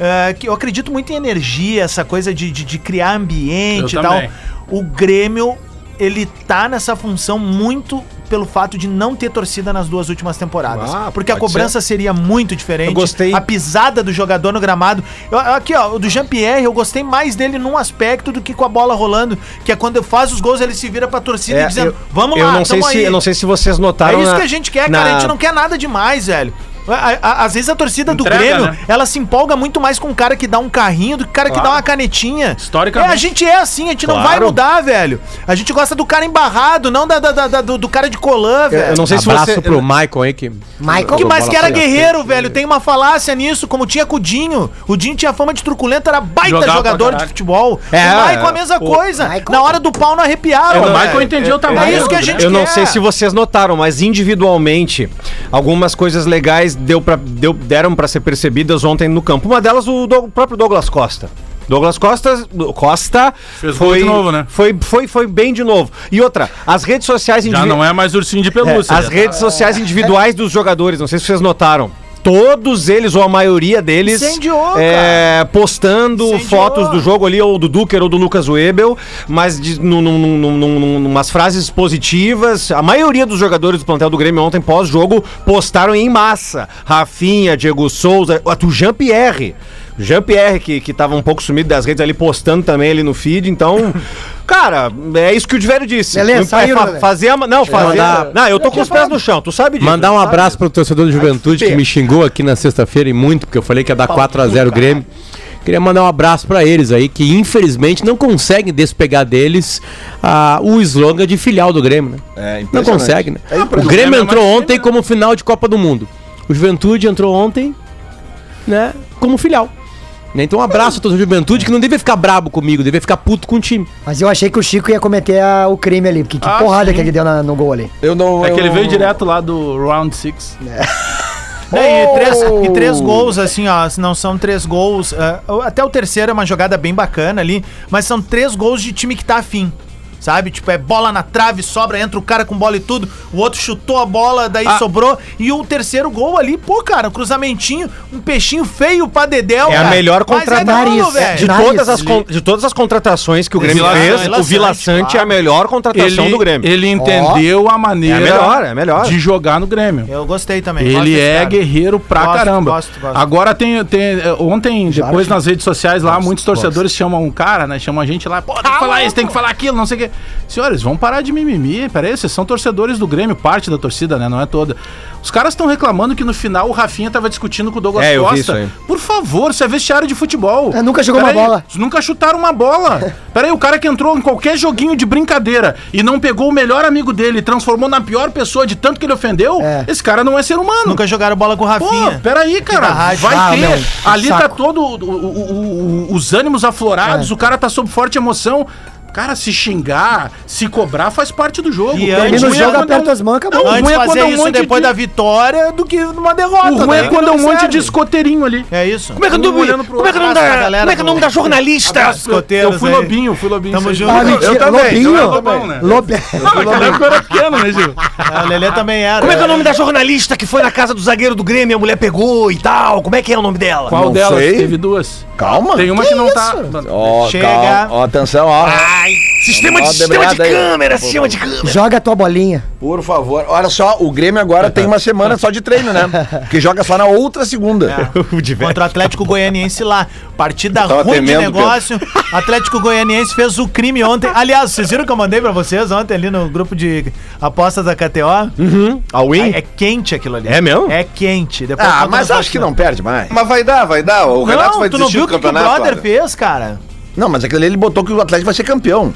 Speaker 3: ah, que eu acredito muito em energia, essa coisa de, de, de criar ambiente
Speaker 6: Eu
Speaker 3: e tal.
Speaker 6: também.
Speaker 3: O Grêmio, ele tá nessa função muito pelo fato de não ter torcida nas duas últimas temporadas.
Speaker 4: Ah,
Speaker 3: porque a
Speaker 4: pode
Speaker 3: cobrança seria muito diferente.
Speaker 4: Eu gostei.
Speaker 3: A pisada do jogador no gramado. Eu- aqui, ó, o do Jean-Pierre, eu gostei mais dele num aspecto do que com a bola rolando, que é quando faz os gols, ele se vira pra torcida
Speaker 4: É,
Speaker 3: e dizendo:
Speaker 4: eu-
Speaker 3: Vamos
Speaker 4: eu
Speaker 3: lá,
Speaker 4: não sei
Speaker 3: tamo
Speaker 4: se
Speaker 3: aí."
Speaker 4: Eu não sei se vocês notaram.
Speaker 3: É isso
Speaker 4: na-
Speaker 3: que a gente quer,
Speaker 4: na-
Speaker 3: cara. A gente não quer nada demais, velho. A- a- Às vezes a torcida do
Speaker 6: Entrega,
Speaker 3: Grêmio,
Speaker 6: né?
Speaker 3: ela se empolga muito mais com o cara que dá um carrinho do que o cara que dá uma canetinha.
Speaker 6: Historicamente.
Speaker 3: É, a gente é assim, a gente não vai mudar, velho. A gente gosta do cara embarrado, não da, da- da- da- do, do cara de colã, velho.
Speaker 4: Eu não sei
Speaker 10: Abraço
Speaker 4: se você.
Speaker 10: pro Michael aí que.
Speaker 5: Michael.
Speaker 3: O que mais que era guerreiro, velho? Tem uma falácia nisso, como tinha com o Dinho. O Dinho tinha fama de truculento, era baita
Speaker 6: Jogava pra
Speaker 3: jogador de
Speaker 6: caralho.
Speaker 3: futebol.
Speaker 4: É,
Speaker 3: o Michael
Speaker 4: é,
Speaker 3: a mesma
Speaker 4: o-
Speaker 3: coisa.
Speaker 5: Michael-
Speaker 3: Na hora do pau não arrepiaram.
Speaker 6: É, O
Speaker 3: velho.
Speaker 6: Michael entendeu o tamanho.
Speaker 3: é isso que a gente
Speaker 4: Ah, eu não
Speaker 3: quer.
Speaker 4: sei se vocês notaram, mas individualmente algumas coisas legais deu pra, deu- deram para ser percebidas ontem no campo. Uma delas o, Dou- o próprio Douglas Costa. Douglas Costa, Costa
Speaker 6: Fez gol de novo, né?
Speaker 4: Foi, foi, foi bem de novo. E outra, as redes sociais
Speaker 6: Já
Speaker 4: indivi-
Speaker 6: não é mais ursinho de pelúcia.
Speaker 4: É, as
Speaker 6: né?
Speaker 4: redes sociais individuais dos jogadores, não sei se vocês notaram. Todos eles, ou a maioria deles,
Speaker 3: Incendiou,
Speaker 4: é, postando
Speaker 3: Incendiou.
Speaker 4: fotos do jogo ali, ou do Duker ou do Lucas Webel, mas de, num, num, num, num- num- numas frases positivas. A maioria dos jogadores do plantel do Grêmio ontem, pós-jogo, postaram em massa. Rafinha, Diego Souza, até o Jean-Pierre. Jean-Pierre, que, que tava um pouco sumido das redes ali, postando também ali no feed, então. Cara, é isso que o Diverio disse.
Speaker 5: Lelê,
Speaker 4: Não- é
Speaker 5: saiu,
Speaker 4: fa-
Speaker 5: Lelê.
Speaker 4: fazer a. ma- Não, fazer.
Speaker 10: né? Mandar-
Speaker 4: Não, eu tô com os pés no chão, tu sabe disso.
Speaker 10: Mandar um
Speaker 4: tu sabe
Speaker 10: abraço pro torcedor do Juventude que
Speaker 4: fuder.
Speaker 10: me xingou aqui na sexta-feira e muito, porque eu falei que ia dar 4x0 o Grêmio. Queria mandar um abraço pra eles aí, que infelizmente não conseguem despegar deles ah, o slogan de filial do Grêmio, né?
Speaker 2: É,
Speaker 10: Não
Speaker 2: impressionante.
Speaker 10: consegue, né?
Speaker 2: É
Speaker 10: o
Speaker 6: Grêmio
Speaker 10: Grêmio
Speaker 6: é
Speaker 10: entrou
Speaker 6: mais Grêmio,
Speaker 10: ontem
Speaker 6: né?
Speaker 10: como final de Copa do Mundo. O Juventude entrou ontem, né, como filial. Né, Então um abraço a toda a juventude que não devia ficar brabo comigo, devia ficar puto com o time.
Speaker 5: Mas eu achei que o Chico ia cometer a- o crime ali, porque que
Speaker 6: Ah,
Speaker 5: porrada
Speaker 6: sim.
Speaker 5: que ele deu na- no gol ali.
Speaker 2: Eu não.
Speaker 6: É que ele
Speaker 2: eu-
Speaker 6: veio direto lá do Round Six.
Speaker 3: Né, e, três,
Speaker 2: Oh!
Speaker 3: e três gols, assim, ó. se Não são três gols. ah, até o terceiro é uma jogada bem bacana ali, mas são três gols de time que tá afim. Sabe? Tipo, é bola na trave, sobra, entra o cara com bola e tudo. O outro chutou a bola, daí
Speaker 6: Ah.
Speaker 3: sobrou. E o terceiro gol ali, pô, cara, um cruzamentinho, um peixinho feio pra Dedéu.
Speaker 4: É a
Speaker 3: cara.
Speaker 4: melhor
Speaker 3: Mas é
Speaker 4: contra-
Speaker 3: golo,
Speaker 5: Nariz.
Speaker 4: De
Speaker 3: velho.
Speaker 5: Nariz.
Speaker 4: todas, as, con- de todas as contratações que o Grêmio
Speaker 6: Vila
Speaker 4: fez,
Speaker 6: Sante,
Speaker 4: o Vila Sante é a melhor contratação
Speaker 6: Ele,
Speaker 4: do Grêmio.
Speaker 6: ele entendeu a maneira
Speaker 4: É melhor, é melhor.
Speaker 6: de jogar no Grêmio.
Speaker 3: Eu gostei também. gosto
Speaker 6: Ele
Speaker 3: desse
Speaker 6: é
Speaker 3: cara.
Speaker 6: guerreiro pra
Speaker 3: Gosto,
Speaker 6: caramba.
Speaker 3: gosto, gosto.
Speaker 6: Agora tem, tem- eh, Ontem,
Speaker 3: Tá
Speaker 6: depois nas redes sociais lá, muitos torcedores chamam um cara, né? Chamam a gente lá, pô, tem que falar isso, tem que falar aquilo, não sei o quê. porque, senhores, vão parar de mimimi. Peraí, vocês são torcedores do Grêmio, parte da torcida, né? Não é toda. Os caras estão reclamando que no final o Rafinha tava discutindo com o Douglas
Speaker 4: É, eu vi isso
Speaker 6: Costa.
Speaker 4: aí.
Speaker 6: Por favor, isso é vestiário de futebol.
Speaker 5: É, nunca chegou uma
Speaker 6: Peraí,
Speaker 5: bola.
Speaker 6: vocês Nunca chutaram uma
Speaker 5: [LAUGHS]
Speaker 6: bola. Peraí, o cara que entrou em qualquer joguinho de brincadeira e não pegou o melhor amigo dele, e transformou na pior pessoa de tanto que ele ofendeu,
Speaker 5: É.
Speaker 6: esse cara não é ser humano.
Speaker 3: Nunca jogaram bola com o
Speaker 6: Pô,
Speaker 3: Rafinha.
Speaker 6: peraí, cara.
Speaker 3: barragem.
Speaker 6: Vai
Speaker 5: Ah,
Speaker 6: ter.
Speaker 5: meu, que
Speaker 6: Ali tá
Speaker 5: saco. É.
Speaker 6: todo. o- o- o- os ânimos aflorados, o cara tá sob forte emoção. Cara, se xingar, se cobrar, faz parte do jogo.
Speaker 3: E
Speaker 6: Cara,
Speaker 3: antes-
Speaker 6: o ruim
Speaker 5: Menos
Speaker 6: é
Speaker 5: joga,
Speaker 6: quando
Speaker 5: aperta
Speaker 6: é um-
Speaker 5: as mãos, acabou.
Speaker 6: Não,
Speaker 3: Antes
Speaker 6: ruim é
Speaker 3: fazer
Speaker 6: quando é um
Speaker 3: isso
Speaker 6: monte
Speaker 3: depois
Speaker 6: de-
Speaker 3: da vitória do que numa derrota.
Speaker 6: O ruim é
Speaker 3: né?
Speaker 6: quando é um
Speaker 3: Não
Speaker 6: monte
Speaker 3: serve.
Speaker 6: de escoteirinho ali.
Speaker 3: É isso.
Speaker 4: Como é que eu
Speaker 6: Um olhando
Speaker 4: tô.
Speaker 6: pro
Speaker 4: Como é que é o nome
Speaker 3: outro. Abraço pra
Speaker 4: da.
Speaker 3: galera
Speaker 4: Como é que é o nome
Speaker 3: do-
Speaker 4: da jornalista?
Speaker 3: Escoteiros
Speaker 6: Eu fui
Speaker 3: tá, aí.
Speaker 6: lobinho, fui lobinho.
Speaker 3: Tamo
Speaker 6: sei
Speaker 3: junto.
Speaker 6: lá.
Speaker 5: Ah, mentira.
Speaker 6: Eu também.
Speaker 5: Lobinho.
Speaker 6: Eu era lobão, né?
Speaker 5: Lobe...
Speaker 6: Não, mas quando eu era pequeno, né, Gil?
Speaker 3: [LAUGHS] Ah, o Lelê também era.
Speaker 4: Como é que é o nome da jornalista que foi na casa do zagueiro do Grêmio e a mulher pegou e tal? Como é que é o nome dela?
Speaker 6: Qual
Speaker 2: Não
Speaker 6: delas?
Speaker 2: sei.
Speaker 6: Teve duas.
Speaker 2: Calma.
Speaker 6: Tem uma que não tá.
Speaker 2: Ó,
Speaker 3: Chega.
Speaker 2: calma. Ó, atenção, ó.
Speaker 4: Ai,
Speaker 2: Vamos dar
Speaker 4: sistema de,
Speaker 2: uma
Speaker 4: sistema de
Speaker 2: debreada aí.
Speaker 4: câmera, sistema de câmera.
Speaker 5: Joga a tua bolinha.
Speaker 2: Por favor. Olha só, o Grêmio agora tem uma semana só de treino, né? Porque joga só na outra
Speaker 3: É.
Speaker 2: segunda.
Speaker 3: Contra [LAUGHS] o Atlético Goianiense lá. Partida
Speaker 8: tava
Speaker 3: ruim
Speaker 8: temendo,
Speaker 3: de negócio. Atlético Goianiense fez o crime ontem. Aliás, vocês viram que eu mandei pra vocês ontem ali no grupo de apostas da KTO?
Speaker 4: Uhum. A Win?
Speaker 3: É, é quente aquilo ali.
Speaker 4: É mesmo?
Speaker 3: É quente. Depois eu
Speaker 2: Ah,
Speaker 3: conto
Speaker 2: mas
Speaker 3: na
Speaker 2: acho que
Speaker 3: próxima.
Speaker 2: não perde mais.
Speaker 8: Mas vai dar, vai dar. O Renato
Speaker 3: Não,
Speaker 8: vai
Speaker 3: tu não
Speaker 8: desistir
Speaker 3: viu
Speaker 8: do
Speaker 3: o que, que o
Speaker 8: campeonato.
Speaker 3: brother
Speaker 8: olha.
Speaker 3: fez, cara?
Speaker 2: Não, mas aquele ali ele botou que o Atlético vai ser campeão.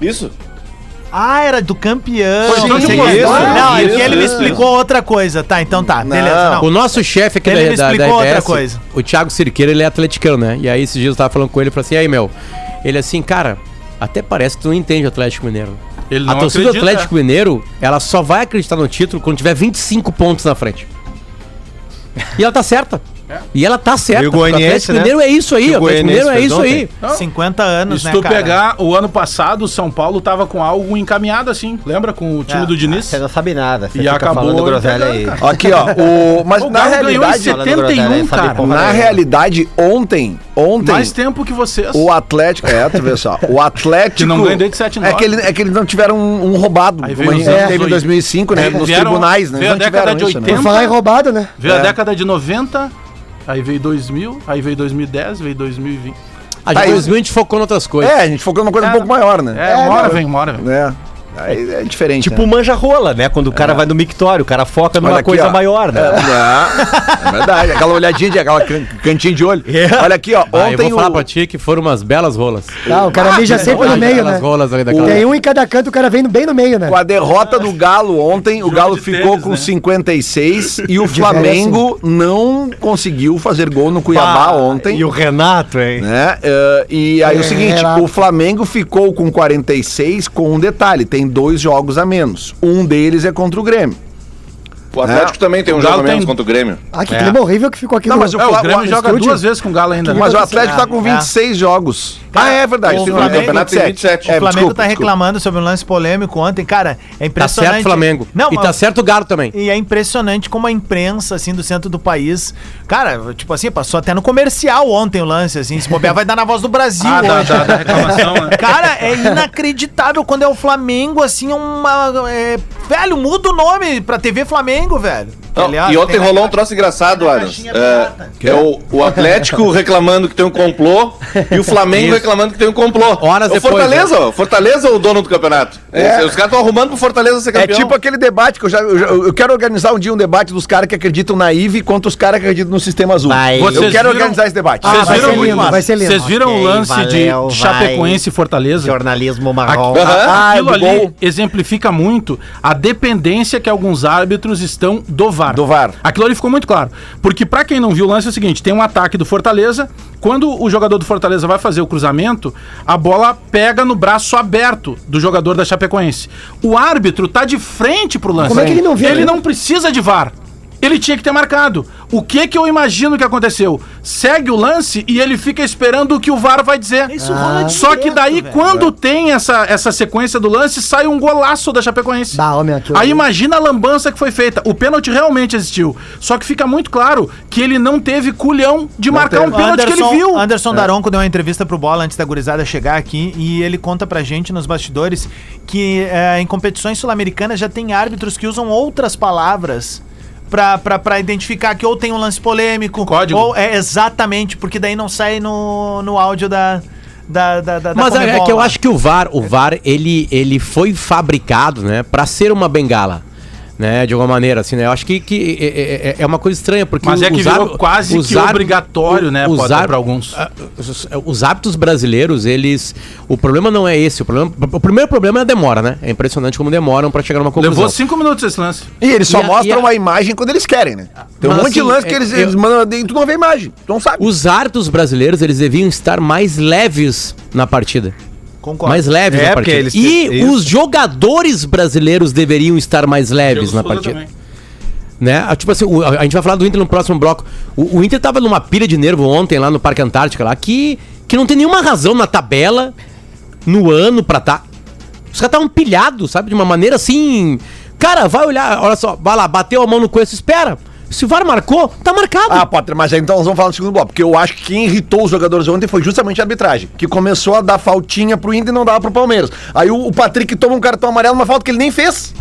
Speaker 8: Isso.
Speaker 3: Ah, era do campeão.
Speaker 8: Foi
Speaker 3: não,
Speaker 8: tudo
Speaker 3: sei
Speaker 8: isso,
Speaker 3: que- não, é
Speaker 8: isso,
Speaker 3: que ele me
Speaker 8: isso.
Speaker 3: explicou outra coisa. Tá, então tá.
Speaker 2: Não.
Speaker 3: Beleza.
Speaker 10: O
Speaker 3: Não.
Speaker 10: nosso chefe aqui da,
Speaker 3: Ele me
Speaker 10: da, da
Speaker 3: explicou outra
Speaker 10: RBS,
Speaker 3: coisa.
Speaker 10: o Thiago Cirqueira, ele é atleticano, né? E aí esses dias eu tava falando com ele, eu falei assim, "E aí, meu, ele assim, cara, até parece que tu não entende o Atlético Mineiro.
Speaker 6: Ele
Speaker 10: a
Speaker 6: não
Speaker 10: torcida do
Speaker 6: acredita.
Speaker 10: Atlético Mineiro, ela só vai acreditar no título quando tiver 25 pontos na frente. E ela tá certa. E ela tá certa.
Speaker 4: E o
Speaker 10: porque
Speaker 4: goianiense,
Speaker 10: Atlético
Speaker 4: né?
Speaker 10: Mineiro é isso aí,
Speaker 4: Que o
Speaker 10: o Atlético
Speaker 4: goianiense
Speaker 10: Mineiro é
Speaker 4: fez
Speaker 10: isso aí.
Speaker 4: ontem.
Speaker 6: Não.
Speaker 3: 50 anos,
Speaker 6: Se
Speaker 3: né,
Speaker 6: tu
Speaker 3: cara?
Speaker 6: pegar o ano passado, o São Paulo tava com algo encaminhado assim, lembra? Com o time
Speaker 3: É.
Speaker 6: do Diniz.
Speaker 11: Você não sabe nada. Você
Speaker 6: E
Speaker 11: fica
Speaker 6: acabou
Speaker 11: falando groselha
Speaker 6: entregando,
Speaker 11: aí.
Speaker 6: cara.
Speaker 2: Aqui, ó. O... Mas
Speaker 6: O
Speaker 2: na
Speaker 6: Galo ganhou em
Speaker 2: realidade.
Speaker 11: Falando groselha aí,
Speaker 6: 71,
Speaker 11: falei
Speaker 6: cara.
Speaker 11: porra
Speaker 2: Na
Speaker 11: nenhuma.
Speaker 2: realidade, ontem. Ontem.
Speaker 6: Mais tempo que vocês.
Speaker 2: O Atlético. É, tu vê só.
Speaker 6: [LAUGHS]
Speaker 2: O Atlético.
Speaker 6: Que não ganha desde 7
Speaker 2: é que, ele, é que eles não tiveram um, um roubado.
Speaker 6: Aí
Speaker 2: Como a
Speaker 6: veio
Speaker 2: gente
Speaker 6: os
Speaker 2: teve
Speaker 6: anos
Speaker 2: em
Speaker 6: oit-
Speaker 2: 2005, né?
Speaker 6: Aí
Speaker 2: Nos
Speaker 6: vieram-
Speaker 2: tribunais, né? Eles
Speaker 6: veio a
Speaker 2: não
Speaker 6: década
Speaker 2: tiveram
Speaker 6: de
Speaker 2: isso, né?
Speaker 5: Por
Speaker 6: 80.
Speaker 5: falar em roubado, né?
Speaker 6: Veio
Speaker 2: É.
Speaker 6: a década de 90, aí veio 2000, aí veio 2010, veio 2020.
Speaker 10: A
Speaker 2: Tá
Speaker 10: gente,
Speaker 2: aí.
Speaker 10: 2000 a gente focou em outras coisas.
Speaker 2: É, a gente focou numa coisa um
Speaker 6: É.
Speaker 2: pouco maior,
Speaker 6: É,
Speaker 2: né?
Speaker 6: uma hora
Speaker 2: não,
Speaker 6: vem, uma hora vem.
Speaker 2: né? Aí é diferente.
Speaker 4: Tipo
Speaker 2: né?
Speaker 4: manja rola, né? Quando o cara
Speaker 10: É.
Speaker 4: vai no mictório, o cara foca numa
Speaker 2: Olha aqui,
Speaker 4: coisa
Speaker 2: ó.
Speaker 4: maior, né?
Speaker 2: É, é verdade, aquela olhadinha, de, aquela can- cantinho de olho. Olha aqui, ó.
Speaker 10: Ah, eu
Speaker 2: Ontem
Speaker 10: vou falar
Speaker 2: o-
Speaker 10: pra ti que foram umas belas rolas.
Speaker 5: Tá, o
Speaker 6: Ah,
Speaker 5: cara
Speaker 6: é,
Speaker 5: mija sempre no meio, né?
Speaker 10: Belas rolas ali daquela.
Speaker 5: Tem um em cada canto, o cara vem no- bem no meio, né?
Speaker 2: Com a derrota do Galo ontem, o Galo
Speaker 6: de
Speaker 2: ficou
Speaker 6: tênis,
Speaker 2: com
Speaker 6: né?
Speaker 2: 56 e o Flamengo não conseguiu fazer gol no Cuiabá ontem.
Speaker 4: E o Renato, hein?
Speaker 2: Né? Eh, e aí
Speaker 5: É,
Speaker 2: o seguinte,
Speaker 5: relato.
Speaker 2: o Flamengo ficou com 46 com um detalhe, tem dois jogos a menos. Um deles é contra o Grêmio.
Speaker 8: O Atlético
Speaker 2: É.
Speaker 8: também tem um
Speaker 6: O
Speaker 8: jogo
Speaker 6: Galo
Speaker 8: a menos
Speaker 6: tem-
Speaker 8: contra o Grêmio.
Speaker 5: Ah, que clima horrível que ficou aqui
Speaker 2: Não,
Speaker 5: no...
Speaker 2: mas o
Speaker 6: É, o
Speaker 2: Fla-
Speaker 6: Grêmio
Speaker 2: o
Speaker 6: joga
Speaker 2: estúdio-
Speaker 6: duas vezes com o Galo ainda. né?
Speaker 2: Mas o
Speaker 6: Mas
Speaker 2: Atlético tá com
Speaker 3: É.
Speaker 2: 26 jogos. Ah, é verdade.
Speaker 3: o
Speaker 2: tem-
Speaker 3: Flamengo
Speaker 2: tem campeonato
Speaker 8: tem
Speaker 2: sete.
Speaker 8: 27.
Speaker 2: É,
Speaker 8: O
Speaker 3: O Flamengo
Speaker 2: desculpa,
Speaker 3: tá
Speaker 2: desculpa.
Speaker 3: reclamando sobre um lance polêmico ontem, cara. É
Speaker 10: Tá
Speaker 3: impressionante.
Speaker 10: certo, Flamengo.
Speaker 3: Não,
Speaker 10: e
Speaker 3: mas-
Speaker 10: tá certo o Galo também.
Speaker 3: E é impressionante como a imprensa, assim, do centro do país. Cara, tipo assim, passou até no comercial ontem o lance, assim. Se bobear, vai dar na voz do Brasil
Speaker 6: Ah, da,
Speaker 3: hoje.
Speaker 6: da, da reclamação, né?
Speaker 3: Cara, é inacreditável quando é o Flamengo, assim, é uma. é- Velho, muda o nome pra TV Flamengo, velho.
Speaker 8: Não,
Speaker 3: Aliás,
Speaker 8: e ontem
Speaker 3: tem-
Speaker 8: rolou um troço engraçado, Adams. É, é o, o
Speaker 3: [LAUGHS]
Speaker 8: Atlético reclamando que tem um complô e o Flamengo reclamando que tem um complô.
Speaker 10: Horas
Speaker 8: É o
Speaker 10: depois,
Speaker 8: Fortaleza,
Speaker 3: né?
Speaker 8: ó. Fortaleza é o dono do campeonato. É, Os caras estão arrumando pro Fortaleza ser
Speaker 2: É
Speaker 8: campeão.
Speaker 2: tipo aquele debate que eu já. Eu, já- eu quero organizar um dia um debate dos caras que acreditam na IVE contra os caras que acreditam no sistema azul.
Speaker 11: Vai.
Speaker 2: Eu
Speaker 6: Vocês
Speaker 2: quero
Speaker 6: viram-
Speaker 2: organizar esse debate. Ah,
Speaker 6: Vocês
Speaker 5: vai
Speaker 6: viram,
Speaker 5: ser lindo, vai ser lindo.
Speaker 6: Vocês viram o
Speaker 11: Ok,
Speaker 6: lance
Speaker 11: valeu,
Speaker 6: de
Speaker 11: vai.
Speaker 6: Chapecoense e Fortaleza?
Speaker 11: Jornalismo marrom.
Speaker 8: Aham.
Speaker 4: é
Speaker 6: Aquilo
Speaker 2: Ah, do
Speaker 4: Tá
Speaker 6: ali
Speaker 2: gol.
Speaker 6: exemplifica muito a dependência que alguns árbitros estão do VAR.
Speaker 2: Do VAR.
Speaker 6: Aquilo ali ficou muito claro. Porque pra quem não viu o lance é o seguinte, tem um ataque do Fortaleza, quando o jogador do Fortaleza vai fazer o cruzamento, a bola pega no braço aberto do jogador da Chapecoense. O árbitro tá de frente pro lance.
Speaker 5: Como é que ele não viu,
Speaker 6: Ele
Speaker 5: né?
Speaker 6: não precisa de VAR. Ele tinha que ter marcado. O que que eu imagino que aconteceu? Segue o lance e ele fica esperando o que o VAR vai dizer. Isso rola Só que daí, quando tem essa, essa sequência do lance, sai um golaço da Chapecoense.
Speaker 5: Bah, homem, aquilo
Speaker 6: Aí
Speaker 5: ali.
Speaker 6: imagina a lambança que foi feita. O pênalti realmente existiu. Só que fica muito claro que ele não teve culhão de marcar
Speaker 10: É
Speaker 6: um
Speaker 3: O
Speaker 6: pênalti que ele viu.
Speaker 3: Anderson
Speaker 2: É.
Speaker 3: Daronco deu uma entrevista pro Bola antes da gurizada chegar aqui e ele conta pra gente nos bastidores que eh, em competições sul-americanas já tem árbitros que usam outras palavras. Pra, pra, pra identificar que ou tem um lance polêmico.
Speaker 6: Código.
Speaker 3: Ou é exatamente, porque daí não sai no, no áudio da, da, da, da da
Speaker 10: Mas é- é,
Speaker 3: Comebol
Speaker 10: que eu
Speaker 3: lá.
Speaker 10: acho que o VAR, o VAR, ele, ele foi fabricado, né, para ser uma bengala. Né, de alguma maneira, assim, né? Eu acho que, que é, é- é uma coisa estranha, porque
Speaker 6: Mas é que virou
Speaker 10: hábit-
Speaker 6: quase que
Speaker 10: hábit-
Speaker 6: obrigatório, né,
Speaker 10: os
Speaker 6: Potter,
Speaker 10: hábit-
Speaker 6: pra alguns.
Speaker 10: ah, os- Os hábitos brasileiros, eles. O problema não é esse. O, problema, o primeiro problema é a demora, né? É impressionante como demoram para chegar numa conclusão.
Speaker 6: Levou cinco minutos esse lance.
Speaker 2: E eles só
Speaker 10: E a-
Speaker 2: mostram
Speaker 10: e a-
Speaker 2: a... imagem quando eles querem, né? Tem um
Speaker 10: Mas,
Speaker 2: monte de
Speaker 10: assim,
Speaker 2: lance que
Speaker 10: é-
Speaker 2: eles,
Speaker 10: eu-
Speaker 2: eles mandam e tu não vê imagem, tu não sabe.
Speaker 10: Os árbitros brasileiros, eles deviam estar mais leves na partida.
Speaker 3: Concordo.
Speaker 10: Mais leves
Speaker 4: É,
Speaker 10: na
Speaker 4: porque
Speaker 10: partida.
Speaker 4: eles-
Speaker 10: e
Speaker 4: isso.
Speaker 10: os jogadores brasileiros deveriam estar mais leves
Speaker 6: Diego
Speaker 10: na
Speaker 6: Souza
Speaker 10: partida.
Speaker 6: também.
Speaker 10: Né? Ah, Tipo assim, o- a a gente vai falar do Inter no próximo bloco. O, o Inter tava numa pilha de nervo ontem lá no Parque Antártica, lá, que, que não tem nenhuma razão na tabela, no ano, pra tá. Os caras estavam pilhados, sabe? De uma maneira assim. Cara, vai olhar, olha só, vai lá, bateu a mão no coelho, espera. Se o VAR marcou, tá marcado.
Speaker 2: Ah, Potter, mas aí então nós vamos falar no segundo bloco, porque eu acho que quem irritou os jogadores ontem foi justamente a arbitragem, que começou a dar faltinha pro Inter e não dava pro Palmeiras. Aí o, o Patrick toma um cartão amarelo, uma falta que ele nem fez.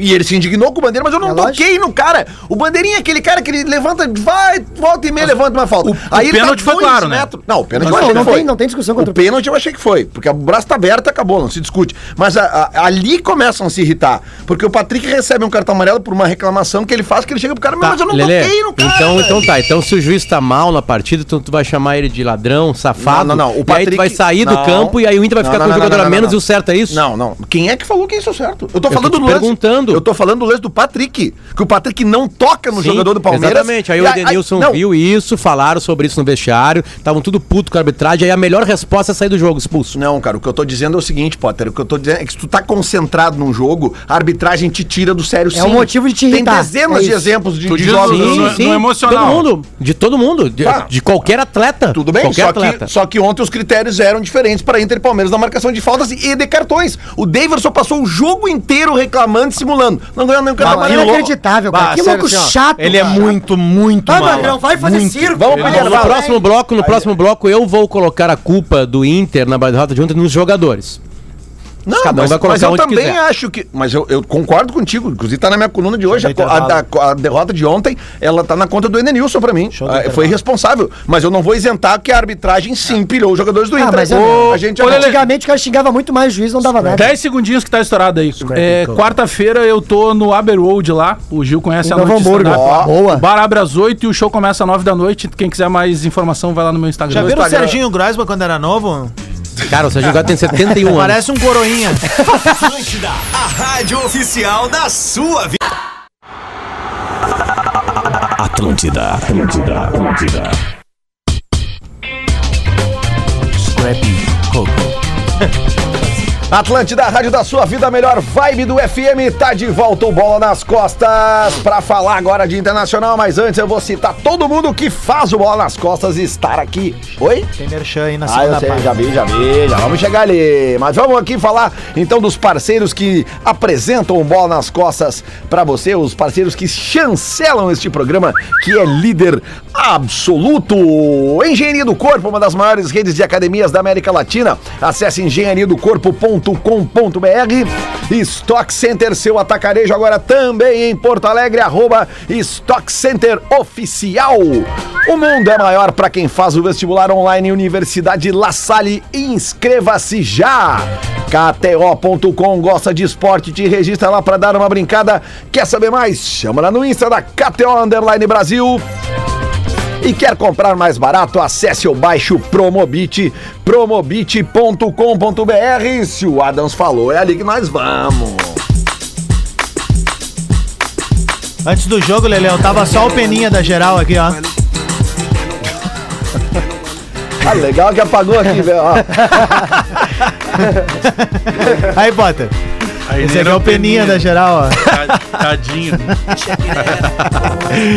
Speaker 2: E ele se indignou com o Bandeira, mas eu não
Speaker 5: É
Speaker 2: toquei no cara. O Bandeirinha é aquele cara que ele levanta, vai, volta e meia, levanta uma falta. tá
Speaker 6: o- o pênalti foi
Speaker 2: dois
Speaker 6: claro, né?
Speaker 2: metros- Não, o pênalti
Speaker 5: Mas
Speaker 2: eu
Speaker 5: não,
Speaker 2: achei
Speaker 5: não
Speaker 2: que foi.
Speaker 5: tem- não tem discussão contra
Speaker 2: o
Speaker 5: o
Speaker 2: pênalti eu achei que foi, porque o braço tá aberto e acabou, não se discute. Mas a- a- ali começam a se irritar, porque o Patrick recebe um cartão amarelo por uma reclamação que ele faz, que ele chega pro cara,
Speaker 10: Tá,
Speaker 2: mas eu não
Speaker 10: Lelê,
Speaker 2: toquei no cara.
Speaker 10: Então, então tá, então se o juiz tá mal na partida, então tu vai chamar ele de ladrão, safado.
Speaker 2: Não, não, não, o
Speaker 10: O E aí
Speaker 2: Patrick-
Speaker 10: tu vai sair do
Speaker 2: não.
Speaker 10: campo e aí o Inter vai
Speaker 2: Não,
Speaker 10: ficar
Speaker 2: não,
Speaker 10: com
Speaker 2: não,
Speaker 10: o jogador
Speaker 2: não,
Speaker 10: a
Speaker 2: não,
Speaker 10: menos
Speaker 2: não.
Speaker 10: e o certo é isso?
Speaker 2: Não, não. Quem é que falou que isso é certo? Eu tô
Speaker 10: Eu
Speaker 2: falando
Speaker 10: tô te
Speaker 2: do lance.
Speaker 10: perguntando.
Speaker 2: Eu tô falando do lance do Patrick. Que o Patrick não toca no
Speaker 10: Sim,
Speaker 2: jogador do Palmeiras.
Speaker 10: Exatamente. Aí
Speaker 2: E
Speaker 10: o Edenilson
Speaker 2: não,
Speaker 10: viu isso, falaram sobre isso no vestiário, estavam tudo puto com a arbitragem, aí a melhor resposta é sair do jogo expulso.
Speaker 2: Não, cara, o que eu tô dizendo é o seguinte, Potter. O que eu tô dizendo é que se tu tá concentrado num jogo, a arbitragem te tira do sério sim.
Speaker 5: um motivo de te
Speaker 2: Tem
Speaker 5: irritar,
Speaker 2: dezenas
Speaker 5: é
Speaker 2: de
Speaker 5: isso.
Speaker 2: exemplos de,
Speaker 6: Tu
Speaker 2: de
Speaker 6: diz
Speaker 10: é,
Speaker 2: jogos.
Speaker 6: no- no- no emocional.
Speaker 10: Todo mundo, de todo mundo, de,
Speaker 2: Tá.
Speaker 10: de qualquer atleta.
Speaker 2: Tudo bem,
Speaker 10: qualquer
Speaker 2: só
Speaker 10: atleta.
Speaker 2: que, só que ontem os critérios eram diferentes para Inter e Palmeiras na marcação de faltas e de cartões. O Davidson passou o jogo inteiro reclamando, e simulando. Não ganhou nenhum cartão
Speaker 5: Não, mas é
Speaker 2: amarelo. né?
Speaker 5: inacreditável, cara.
Speaker 11: Bah,
Speaker 5: que
Speaker 11: sério,
Speaker 5: louco
Speaker 11: assim, ó,
Speaker 5: chato.
Speaker 4: Ele é
Speaker 5: cara.
Speaker 4: muito, muito
Speaker 5: Vai,
Speaker 4: mal.
Speaker 5: Magrão, vai fazer
Speaker 4: Muito.
Speaker 5: circo.
Speaker 2: Vamos pro
Speaker 5: Ele-
Speaker 10: No
Speaker 2: intervalo.
Speaker 10: próximo bloco, no próximo bloco eu vou colocar a culpa do Inter na derrota de ontem nos jogadores.
Speaker 2: Não,
Speaker 10: Cada um
Speaker 2: mas,
Speaker 10: vai colocar
Speaker 2: mas eu
Speaker 10: onde
Speaker 2: também
Speaker 10: quiser.
Speaker 2: acho que. Mas eu, eu concordo contigo. Inclusive, tá na minha coluna de hoje. A, co- a da- a derrota de ontem, ela tá na conta do Edenilson pra mim. Ah, foi irresponsável. Mas eu não vou isentar que a arbitragem sim pilhou os jogadores do
Speaker 5: Ah,
Speaker 2: Inter.
Speaker 5: mas é-
Speaker 2: Ô, a gente já-
Speaker 5: Antigamente o cara xingava muito mais o juiz, não dava nada.
Speaker 6: 10 segundinhos que tá estourado aí. É, Quarta-feira eu tô no Aber Road lá. O Gil conhece
Speaker 5: Em
Speaker 6: a
Speaker 5: Novo
Speaker 6: noite.
Speaker 5: Hamburgo.
Speaker 6: stand-up lá.
Speaker 5: Ó, boa.
Speaker 6: O bar abre às 8 e o show começa às 9 da noite. Quem quiser mais informação, vai lá no meu Instagram.
Speaker 3: Já viram o
Speaker 2: Instagram.
Speaker 3: Serginho Groisman quando era novo?
Speaker 10: Cara, o Sérgio Gato tem 71 anos.
Speaker 3: Parece
Speaker 2: [LAUGHS]
Speaker 3: um coroinha.
Speaker 9: A rádio oficial da sua vida.
Speaker 1: Atlântida, Atlântida, Atlântida.
Speaker 2: [LAUGHS] Atlântida, a rádio da sua vida, a melhor vibe do FM, tá de volta o Bola nas Costas pra falar agora de Internacional, mas antes eu vou citar todo mundo que faz o Bola nas Costas estar aqui. Oi?
Speaker 3: Tem merchan aí na
Speaker 2: Ah, eu
Speaker 3: segunda
Speaker 2: sei,
Speaker 3: parte.
Speaker 2: já vi, já vi, já vamos chegar ali. Mas vamos aqui falar então dos parceiros que apresentam o bola nas costas pra você, os parceiros que chancelam este programa, que é líder absoluto. Engenharia do Corpo, uma das maiores redes de academias da América Latina. Acesse engenhariadocorpo.com.br. Stock Center, seu atacarejo agora também em Porto Alegre, arroba Stock Center Oficial. O mundo é maior para quem faz o vestibular online Universidade La Salle. Inscreva-se já! KTO.com gosta de esporte, te registra lá para dar uma brincada. Quer saber mais? Chama lá no Insta da KTO Underline Brasil. E quer comprar mais barato? Acesse ou baixe o Promobit, promobit.com.br. Se o Adams falou, é ali que nós vamos.
Speaker 3: Antes do jogo, Leleu, tava só o peninha da geral aqui, ó.
Speaker 2: Ah, legal que apagou aqui, velho. ó.
Speaker 3: Aí, Potter.
Speaker 6: Aí
Speaker 3: Esse
Speaker 6: nem
Speaker 3: aqui
Speaker 6: era
Speaker 3: é o peninha da geral, ó.
Speaker 6: Ta- Tadinho.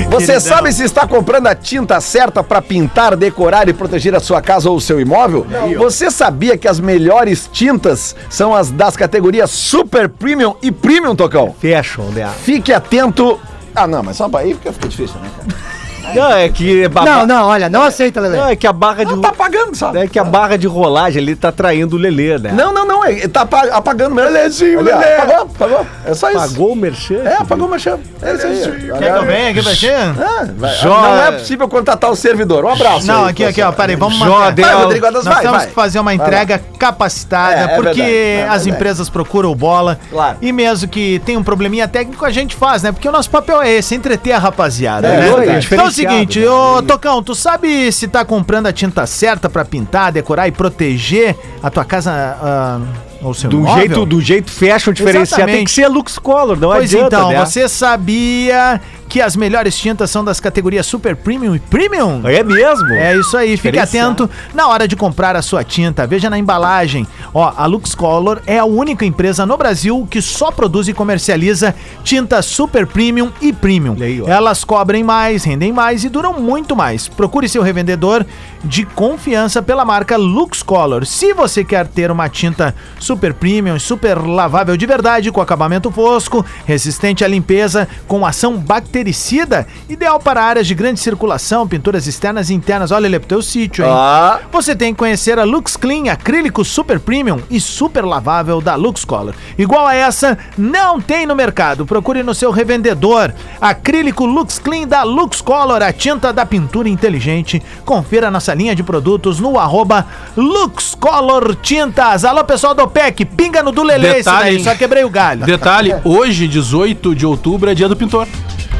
Speaker 2: Você sabe se está comprando a tinta certa para pintar, decorar e proteger a sua casa ou o seu imóvel? Você sabia que as melhores tintas são as das categorias Super Premium e Premium, Tocão?
Speaker 4: é
Speaker 11: Fashion, né?
Speaker 2: Fique atento. Ah, não, mas só para aí fica, fica difícil, né, cara?
Speaker 4: Não, é que.
Speaker 5: Não, não, olha, não aceita, Lele.
Speaker 4: Não, é que a barra de. Não
Speaker 2: tá pagando, sabe?
Speaker 4: É que a barra de rolagem ali tá traindo o Lelê, né?
Speaker 2: Não, não, não. é- Tá apa- apagando mesmo. Lelezinho,
Speaker 4: Lelê.
Speaker 2: Apagou, apagou. É só isso.
Speaker 4: Pagou o merchan?
Speaker 2: É, apagou o merchan. É isso aí.
Speaker 3: Quer que eu venha aqui pra ti?
Speaker 2: Ah, vai.
Speaker 4: Jó-
Speaker 2: Não é possível contratar o servidor. Um abraço.
Speaker 3: Não,
Speaker 2: aí,
Speaker 3: aqui, aqui, ó,
Speaker 2: pessoal.
Speaker 3: parei, vamos
Speaker 2: Jó
Speaker 3: marcar.
Speaker 2: deu- Vai, Rodrigo Adas,
Speaker 3: Nós
Speaker 2: vai,
Speaker 3: temos
Speaker 2: vai.
Speaker 3: que fazer uma
Speaker 2: Vai lá.
Speaker 3: entrega capacitada,
Speaker 2: É, é
Speaker 3: porque
Speaker 2: verdade, é
Speaker 3: as
Speaker 2: verdade.
Speaker 3: empresas procuram bola.
Speaker 2: Claro.
Speaker 3: E mesmo que tenha um probleminha técnico, a gente faz, né? Porque o nosso papel é esse, entreter a rapaziada,
Speaker 2: É, né?
Speaker 3: né?
Speaker 2: isso aí.
Speaker 3: Então
Speaker 4: Diferenciado,
Speaker 3: é o seguinte, ô Tocão, tu sabe se tá comprando a tinta certa pra pintar, decorar e proteger a tua casa ah, ou seu
Speaker 4: Do
Speaker 3: imóvel?
Speaker 4: jeito, do jeito fashion diferenciado. Tem que
Speaker 3: Exatamente.
Speaker 4: ser Lux Color, não
Speaker 3: Pois
Speaker 4: adianta.
Speaker 3: então,
Speaker 4: né?
Speaker 3: você sabia que as melhores tintas são das categorias Super Premium e Premium?
Speaker 4: É mesmo?
Speaker 3: É isso aí, fique
Speaker 4: Diferenciado.
Speaker 3: atento na hora de comprar a sua tinta. Veja na embalagem. Ó, a Lux Color é a única empresa no Brasil que só produz e comercializa tinta super premium e premium.
Speaker 4: Olha aí, ó.
Speaker 3: Elas cobrem mais, rendem mais e duram muito mais. Procure seu revendedor de confiança pela marca Lux Color. Se você quer ter uma tinta super premium, e super lavável de verdade, com acabamento fosco, resistente à limpeza, com ação bactericida, ideal para áreas de grande circulação, pinturas externas e internas. Olha, ele é pro teu sítio, hein?
Speaker 2: Ah.
Speaker 3: Você tem que conhecer a Lux Clean, acrílico super premium e super lavável da Lux Color. Igual a essa, não tem no mercado. Procure no seu revendedor. Acrílico Lux Clean da Lux Color, a tinta da pintura inteligente. Confira nossa linha de produtos no arroba Lux Color Tintas. Alô, pessoal do PEC, pinga no do Lelê esse
Speaker 6: Detalhe,
Speaker 3: daí,
Speaker 6: hein?
Speaker 3: só quebrei o galho.
Speaker 6: Detalhe, hoje, 18 de outubro, é dia do pintor.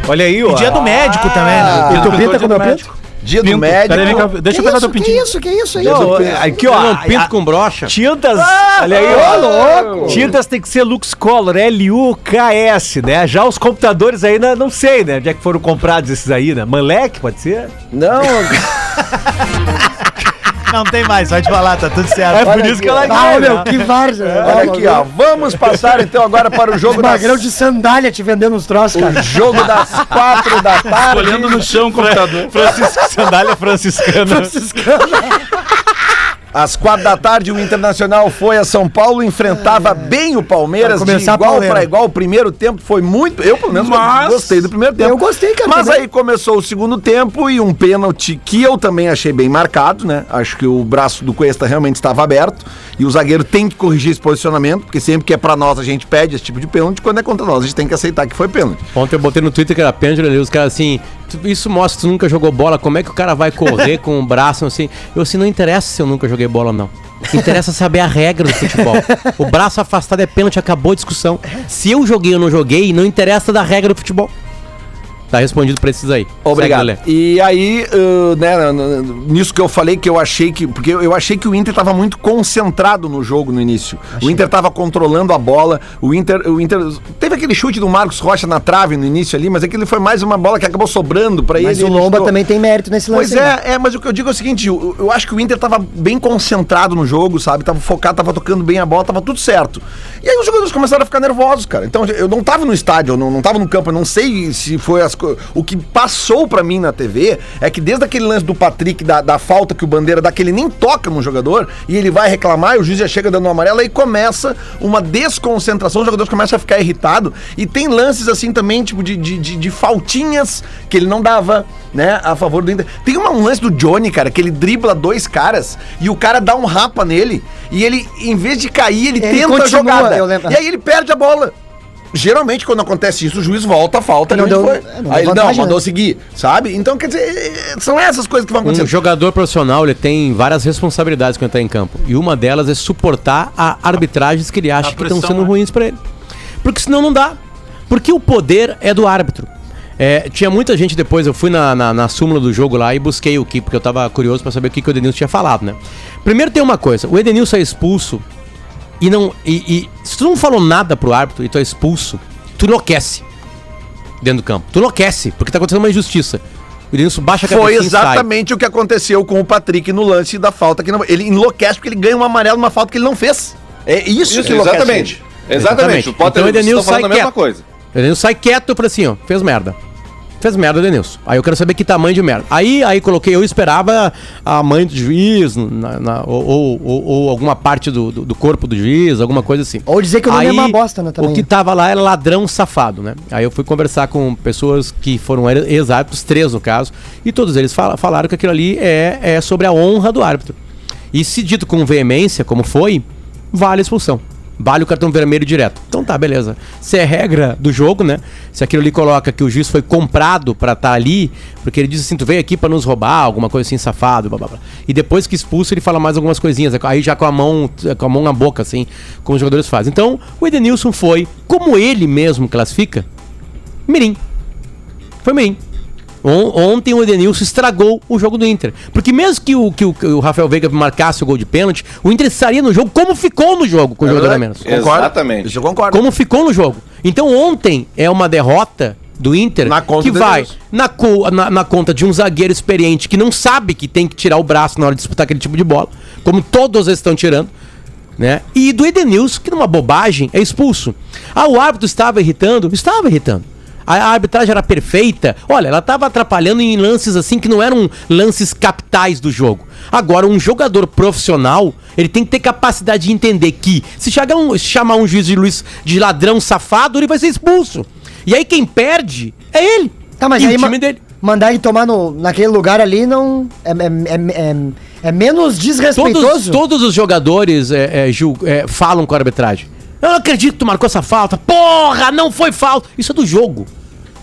Speaker 4: Olha aí, ó.
Speaker 3: E Dia do médico também,
Speaker 4: Ah.
Speaker 3: né?
Speaker 6: Dia do pintor, dia do médico.
Speaker 2: Dia do
Speaker 6: Pinto. Peraí, vem
Speaker 2: médico.
Speaker 6: cá, deixa eu pegar teu
Speaker 5: que
Speaker 6: pintinho.
Speaker 5: isso, que isso, que
Speaker 4: Não,
Speaker 5: isso?
Speaker 4: É, aqui, ó.
Speaker 10: não pinto com brocha.
Speaker 4: Tintas.
Speaker 10: Ah!
Speaker 4: olha aí, ó. Tintas tem que ser Lux Color, L-U-K-S, né? Já os computadores aí, né, não sei, né? Onde é que foram comprados esses aí, né? Manlec, pode ser?
Speaker 2: Não,
Speaker 3: Não tem mais, vai te falar, tá tudo certo.
Speaker 4: É por isso que ela
Speaker 5: Ah, meu, que várzea.
Speaker 2: É,
Speaker 5: É
Speaker 2: olha aqui, ó. Vamos passar então agora para o jogo das,
Speaker 5: Magrão de sandália te vendendo uns troços,
Speaker 2: o [LAUGHS]
Speaker 5: cara.
Speaker 2: jogo das quatro da tarde.
Speaker 6: Olhando no chão o computador.
Speaker 4: Francisco, sandália franciscana.
Speaker 2: Às quatro da tarde, o Internacional foi a São Paulo, enfrentava bem o Palmeiras,
Speaker 5: Vai
Speaker 2: de
Speaker 5: É. começar a
Speaker 2: igual
Speaker 5: pauleira.
Speaker 2: para igual. O primeiro tempo foi muito. Eu, pelo menos,
Speaker 6: Mas-
Speaker 2: gostei do primeiro tempo.
Speaker 5: Eu gostei, cara,
Speaker 2: Mas
Speaker 5: também.
Speaker 2: aí começou o segundo tempo e um pênalti que eu também achei bem marcado, né? Acho que o braço do Cuesta realmente estava aberto e o zagueiro tem que corrigir esse posicionamento, porque sempre que é para nós a gente pede esse tipo de pênalti, quando é contra nós a gente tem que aceitar que foi pênalti.
Speaker 10: Ontem eu botei no Twitter que era pêndulo ali, os caras assim, "Tu- isso mostra que tu nunca jogou bola, como é que o cara vai correr com o braço assim? Eu assim, não interessa se eu nunca joguei bola ou não. Interessa é saber a regra do futebol. O braço afastado é pênalti, acabou a discussão. Se eu joguei ou não joguei, não interessa da regra do futebol. Tá respondido pra esses aí.
Speaker 2: Obrigado.
Speaker 10: Segue, Lelê.
Speaker 2: e aí, uh, né, n- n- nisso que eu falei que eu achei que. Porque eu achei que o Inter estava muito concentrado no jogo no início. O Inter estava controlando a bola. O Inter, o Inter. Teve aquele chute do Marcos Rocha na trave no início ali, mas aquele foi mais uma bola que acabou sobrando para ele.
Speaker 5: Mas o
Speaker 2: ele
Speaker 5: Lomba
Speaker 2: chutou.
Speaker 5: também tem mérito nesse lance.
Speaker 2: Pois
Speaker 5: aí, né?
Speaker 2: é, é, mas o que eu digo é o seguinte, eu, eu acho que o Inter tava bem concentrado no jogo, sabe? Tava focado, tava tocando bem a bola, tava tudo certo. E aí os jogadores começaram a ficar nervosos, cara. Então eu não tava no estádio, eu não, não tava no campo, eu não sei se foi as co- O que passou pra mim na TV é que desde aquele lance do Patrick, da, da falta que o Bandeira dá, que ele nem toca no jogador, e ele vai reclamar, e o juiz já chega dando uma amarela, e começa uma desconcentração, os jogadores começam a ficar irritados, e tem lances assim também, tipo, de, de, de, de faltinhas que ele não dava, né, a favor do Inter. Tem uma- um lance do Johnny, cara, que ele dribla dois caras e o cara dá um rapa nele e ele, em vez de cair, ele,
Speaker 5: Ele
Speaker 2: tenta a
Speaker 5: continua,
Speaker 2: jogada.
Speaker 5: eu lembro.
Speaker 2: E aí ele perde a bola. Geralmente, quando acontece isso, o juiz volta a falta.
Speaker 5: Não
Speaker 2: ele
Speaker 5: deu-
Speaker 2: foi.
Speaker 5: é, não
Speaker 2: aí ele
Speaker 5: deu
Speaker 2: não,
Speaker 5: vantagem,
Speaker 2: mandou
Speaker 5: né?
Speaker 2: seguir, sabe? Então, quer dizer, são essas coisas que vão acontecer.
Speaker 10: Um jogador profissional, ele tem várias responsabilidades quando tá em campo. E uma delas é suportar a arbitragens que ele acha
Speaker 6: A
Speaker 10: que estão
Speaker 6: pressão,
Speaker 10: sendo
Speaker 6: né?
Speaker 10: ruins pra ele. Porque senão não dá. Porque o poder é do árbitro. É, tinha muita gente depois, eu fui na, na, na súmula do jogo lá e busquei o que, porque eu tava curioso pra saber o que, que o Edenilson tinha falado, né? Primeiro tem uma coisa, o Edenilson é expulso e não. E, e se tu não falou nada pro árbitro e tu é expulso, tu enlouquece dentro do campo. Tu enlouquece, porque tá acontecendo uma injustiça. O Edenilson baixa a
Speaker 2: Foi
Speaker 10: cabecinha e sai.
Speaker 2: exatamente o que aconteceu com o Patrick no lance da falta. que não- Ele enlouquece porque ele ganha um amarelo numa falta que ele não fez. É isso, que enlouquece.
Speaker 8: exatamente. Exatamente.
Speaker 10: Exatamente.
Speaker 8: O Potter
Speaker 10: Então,
Speaker 8: então,
Speaker 10: Edenilson
Speaker 8: falando
Speaker 10: sai
Speaker 8: a mesma
Speaker 10: quieto.
Speaker 8: coisa.
Speaker 10: Ele não sai quieto e fala assim, ó, fez merda. Fez merda o Denilson. Aí eu quero saber que tamanho de merda. Aí, aí coloquei, eu esperava a mãe do juiz, na- na- ou, ou- ou- ou alguma parte do, do- do corpo do juiz, alguma coisa assim.
Speaker 5: Ou dizer que o nome é uma bosta, né, também.
Speaker 10: O que tava lá era ladrão safado, né? Aí eu fui conversar com pessoas que foram ex-árbitros, três no caso, e todos eles fala- falaram que aquilo ali é, é sobre a honra do árbitro. E se dito com veemência, como foi, vale a expulsão. Vale o cartão vermelho direto. Então tá, beleza. Se é regra do jogo, né? Se aquilo ali coloca que o juiz foi comprado pra estar ali, porque ele diz assim: tu veio aqui pra nos roubar, alguma coisa assim, safado, blá blá blá. E depois que expulso, ele fala mais algumas coisinhas, aí já com a mão, com a mão na boca, assim, como os jogadores fazem. Então, o Edenilson foi, como ele mesmo classifica, Mirim. Foi Mirim. On- ontem o Edenilson estragou o jogo do Inter. Porque mesmo que o, que o, que o Rafael Veiga marcasse o gol de pênalti, o Inter estaria no jogo como ficou no jogo com o
Speaker 2: É
Speaker 10: jogador a menos.
Speaker 8: Exatamente. Isso eu concordo.
Speaker 10: Como ficou no jogo. Então ontem é uma derrota do Inter
Speaker 8: conta
Speaker 10: que
Speaker 8: do
Speaker 10: vai
Speaker 8: Edenilson.
Speaker 10: na, co- na- na conta de um zagueiro experiente que não sabe que tem que tirar o braço na hora de disputar aquele tipo de bola, como todos eles estão tirando, né? E do Edenilson, que numa bobagem é expulso. Ah, o árbitro estava irritando? Estava irritando. A a arbitragem era perfeita. Olha, ela estava atrapalhando em lances assim que não eram lances capitais do jogo. Agora, um jogador profissional, ele tem que ter capacidade de entender que se chegar um- se chamar um juiz de Luiz de ladrão safado, ele vai ser expulso. E aí quem perde é ele.
Speaker 5: Tá, mas
Speaker 10: e
Speaker 5: aí
Speaker 10: o time
Speaker 5: ma-
Speaker 10: dele.
Speaker 5: mandar ele tomar no, naquele lugar ali não. É, é- é- é- é menos
Speaker 10: Todos,
Speaker 5: desrespeitoso.
Speaker 10: todos os jogadores é, é, Gil, é, falam com a arbitragem. Eu não acredito que tu marcou essa falta. Porra, não foi falta. Isso é do jogo.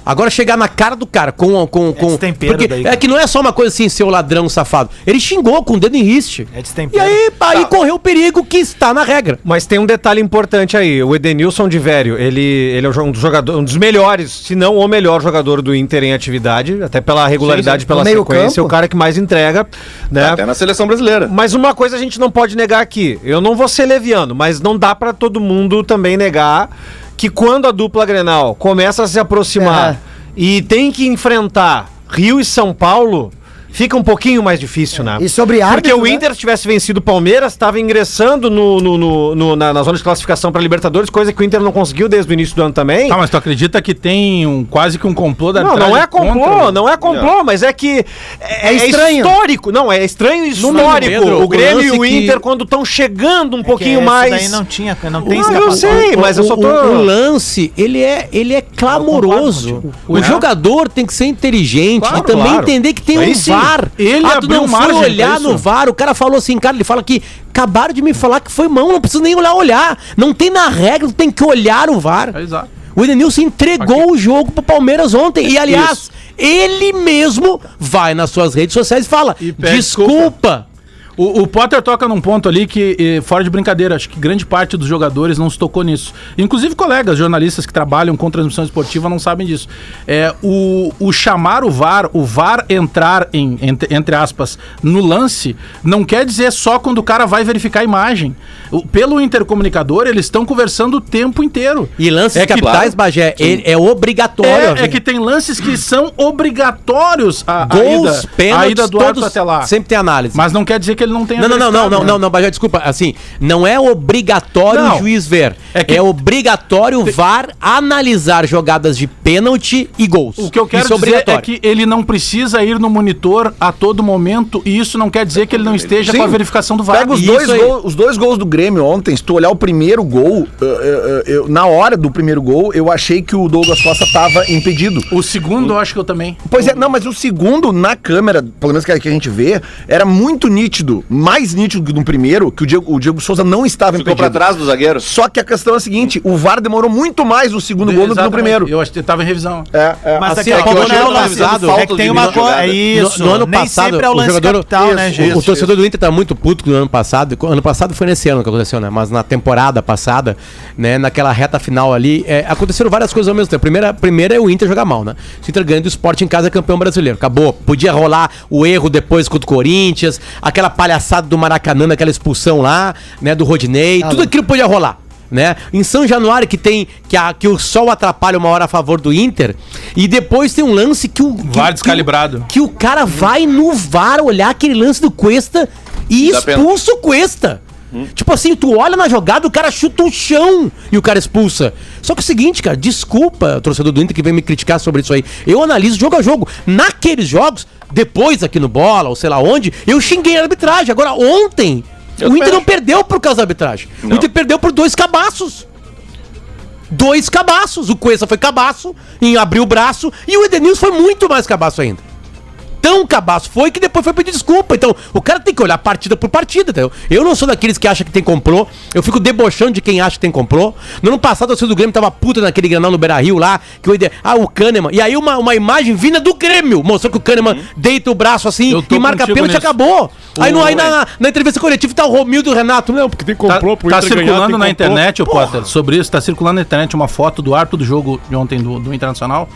Speaker 10: Agora chegar na cara do cara com. com, com
Speaker 3: destempero
Speaker 10: porque
Speaker 3: daí,
Speaker 10: é
Speaker 3: cara.
Speaker 10: que não é só uma coisa assim, seu ladrão safado. Ele xingou com o dedo em riste.
Speaker 3: É destempero.
Speaker 10: E aí, aí correu o perigo que está na regra.
Speaker 4: Mas tem um detalhe importante aí. O Edenilson de Vério, ele, ele é um jo- um dos, jogador, um dos melhores, se não o melhor jogador do Inter em atividade, até pela regularidade,
Speaker 8: sim.
Speaker 4: pela
Speaker 8: No meio
Speaker 4: sequência,
Speaker 8: campo? Tá,
Speaker 4: o cara que mais entrega,
Speaker 3: É.
Speaker 4: né?
Speaker 8: Até na seleção brasileira.
Speaker 4: Mas uma coisa a gente não pode negar aqui. Eu não vou ser leviano, mas não dá pra todo mundo também negar que quando a dupla Grenal começa a se
Speaker 5: É.
Speaker 4: aproximar e tem que enfrentar Rio e São Paulo, fica um pouquinho mais difícil, né?
Speaker 5: É. E sobre
Speaker 4: Porque
Speaker 5: árbitro,
Speaker 4: o
Speaker 5: né?
Speaker 4: Inter se tivesse vencido o Palmeiras, estava ingressando no, no- no- no- na, na zona de classificação para Libertadores, coisa que o Inter não conseguiu desde o início do ano também.
Speaker 6: Ah, mas tu acredita que tem um, quase que um complô da
Speaker 4: Não, não é
Speaker 6: arbitragem
Speaker 4: complô,
Speaker 6: contra?
Speaker 4: não é complô, mas é que é,
Speaker 5: É
Speaker 4: é
Speaker 5: estranho.
Speaker 4: histórico. Não, é estranho e
Speaker 10: Não, não,
Speaker 4: histórico.
Speaker 10: Pedro,
Speaker 4: o Grêmio
Speaker 10: o
Speaker 4: e o
Speaker 10: lance que-
Speaker 4: Inter, quando estão chegando
Speaker 2: É
Speaker 4: um
Speaker 3: É Que
Speaker 4: pouquinho
Speaker 3: esse
Speaker 4: mais.
Speaker 3: Daí não tinha, não tem
Speaker 4: Não, eu
Speaker 3: escapatória.
Speaker 4: sei, mas eu só tô.
Speaker 10: Tá O, o lance, ele é, ele é clamoroso. O jogador tem que ser inteligente
Speaker 4: Claro,
Speaker 10: e também
Speaker 4: claro.
Speaker 10: entender que tem
Speaker 4: Aí
Speaker 10: um
Speaker 4: sim.
Speaker 10: VAR.
Speaker 6: Ele
Speaker 10: ah, tu
Speaker 6: abriu
Speaker 10: não foi
Speaker 6: margem pra
Speaker 10: olhar
Speaker 6: isso.
Speaker 10: no VAR. O cara falou assim, cara, ele fala que acabaram de me falar que foi mão, não preciso nem olhar olhar. Não tem na regra, tu tem que olhar o VAR.
Speaker 6: É, exato.
Speaker 10: O Edenilson entregou o jogo pro Palmeiras ontem. E, aliás,
Speaker 6: Isso.
Speaker 10: ele mesmo vai nas suas redes sociais e fala:
Speaker 6: E pede
Speaker 10: desculpa.
Speaker 6: O, o Potter toca num ponto ali que, eh, fora de brincadeira, acho que grande parte dos jogadores não se tocou nisso. Inclusive, colegas jornalistas que trabalham com transmissão esportiva não sabem disso. É, o, o chamar o VAR, o VAR entrar, em, entre, entre aspas, no lance, não quer dizer só quando o cara vai verificar a imagem. O- pelo intercomunicador, eles estão conversando o tempo inteiro.
Speaker 10: E lances
Speaker 6: É que-
Speaker 10: capitais,
Speaker 6: claro.
Speaker 10: Bagé, ele é obrigatório.
Speaker 6: É, é que tem lances que são obrigatórios a, a
Speaker 10: Gols,
Speaker 6: ida, a
Speaker 10: pênaltis,
Speaker 6: ida do árbitro
Speaker 10: todos
Speaker 6: tá até lá.
Speaker 10: sempre tem análise.
Speaker 6: Mas não quer dizer que ele não tenha
Speaker 10: Não, não, não, não,
Speaker 6: verificado,
Speaker 10: não,
Speaker 6: né?
Speaker 10: não, não, Bajé, desculpa. Assim, não é obrigatório
Speaker 6: Não.
Speaker 10: o juiz ver.
Speaker 6: É
Speaker 10: É,
Speaker 6: que-
Speaker 10: obrigatório o VAR analisar jogadas de pênalti e gols.
Speaker 6: O que eu quero
Speaker 10: Isso é
Speaker 6: dizer é
Speaker 10: obrigatório.
Speaker 6: que ele não precisa ir no monitor a todo momento e isso não quer dizer que ele não esteja com a verificação do VAR.
Speaker 2: Pega os
Speaker 10: Isso
Speaker 2: dois,
Speaker 10: aí.
Speaker 2: gols, os dois gols do Grêmio ontem, se tu olhar o primeiro gol, eh, eh, eh, eu- na hora do primeiro gol, eu achei que o Douglas Costa tava impedido.
Speaker 6: O segundo, eu acho que eu também.
Speaker 2: Pois é, não, mas o segundo na câmera, pelo menos que a que a gente vê, era muito nítido, mais nítido que no primeiro, que o Diego, o Diego Souza não estava
Speaker 8: Ficou pra
Speaker 2: impedido.
Speaker 8: trás do zagueiro.
Speaker 2: Só que a questão é a seguinte, o VAR demorou muito mais no segundo gol do que no
Speaker 6: Exatamente.
Speaker 2: primeiro.
Speaker 6: Eu acho que tava em revisão.
Speaker 2: É, é.
Speaker 3: Mas
Speaker 10: Assim,
Speaker 3: daqui a
Speaker 10: ó,
Speaker 3: pouco
Speaker 10: quando
Speaker 3: não é o
Speaker 10: eu tava
Speaker 3: lance.
Speaker 10: avisando,
Speaker 3: É
Speaker 8: falta
Speaker 3: que
Speaker 8: de
Speaker 3: tem
Speaker 8: mim
Speaker 3: uma
Speaker 8: na
Speaker 3: coisa.
Speaker 8: jogada.
Speaker 3: É isso.
Speaker 10: No, no ano
Speaker 3: Nem
Speaker 10: passado,
Speaker 3: sempre é o lance capital,
Speaker 2: Isso,
Speaker 3: né,
Speaker 2: isso.
Speaker 3: gente?
Speaker 10: o torcedor do Inter tá muito puto no ano passado. Ano passado foi nesse ano que aconteceu, né? Mas na temporada passada, né? Naquela reta final ali, é, aconteceram várias coisas ao mesmo tempo. Primeira, primeira é o Inter jogar mal, né? Se o Inter ganha do esporte em casa é campeão brasileiro. Acabou. Podia rolar o erro depois contra o Corinthians, aquela palhaçada do Maracanã, aquela expulsão lá, né? Do
Speaker 3: Tá
Speaker 10: Rodinei. tudo aquilo podia rolar. Né? Em São Januário que tem que, a- que o sol atrapalha uma hora a favor do Inter e depois tem um lance que o que-
Speaker 6: VAR
Speaker 10: que o-
Speaker 6: descalibrado.
Speaker 10: que o cara vai no VAR olhar aquele lance do Cuesta e
Speaker 8: E dá pena. Hum.
Speaker 10: expulsa o Cuesta. Tipo assim, tu olha na jogada, o cara chuta o chão e o cara expulsa. Só que é o seguinte, cara, desculpa, torcedor do Inter que vem me criticar sobre isso aí. Eu analiso jogo a jogo. Naqueles jogos, depois aqui no bola, ou sei lá onde, eu xinguei a arbitragem. Agora, ontem, o Inter não perdeu por causa da arbitragem. O Inter perdeu por dois cabaços dois cabaços. O Cuesta foi cabaço em abrir o braço e o Edenilson foi muito mais cabaço ainda. Tão cabaço foi que depois foi pedir desculpa. Então, o cara tem que olhar partida por partida, entendeu? Eu não sou daqueles que acha que tem comprou. Eu fico debochando de quem acha que tem comprou. No ano passado, a torcida do Grêmio tava puta naquele granal no Beira-Rio lá, que o Eden... Ah, o Kahneman. E aí uma, uma imagem vinda do Grêmio, mostrou que o Kahneman deita o braço assim e marca
Speaker 6: Uhum. contigo
Speaker 10: pênalti e
Speaker 6: nisso. é.
Speaker 10: acabou. Aí, no, aí na,
Speaker 6: Ué.
Speaker 10: na, na entrevista coletiva tá o Romildo e o Renato. Não, porque tem comprou,
Speaker 6: tá circulando na internet, ô Potter, sobre isso, tá circulando na internet uma foto do árbitro do jogo de ontem do, do Internacional.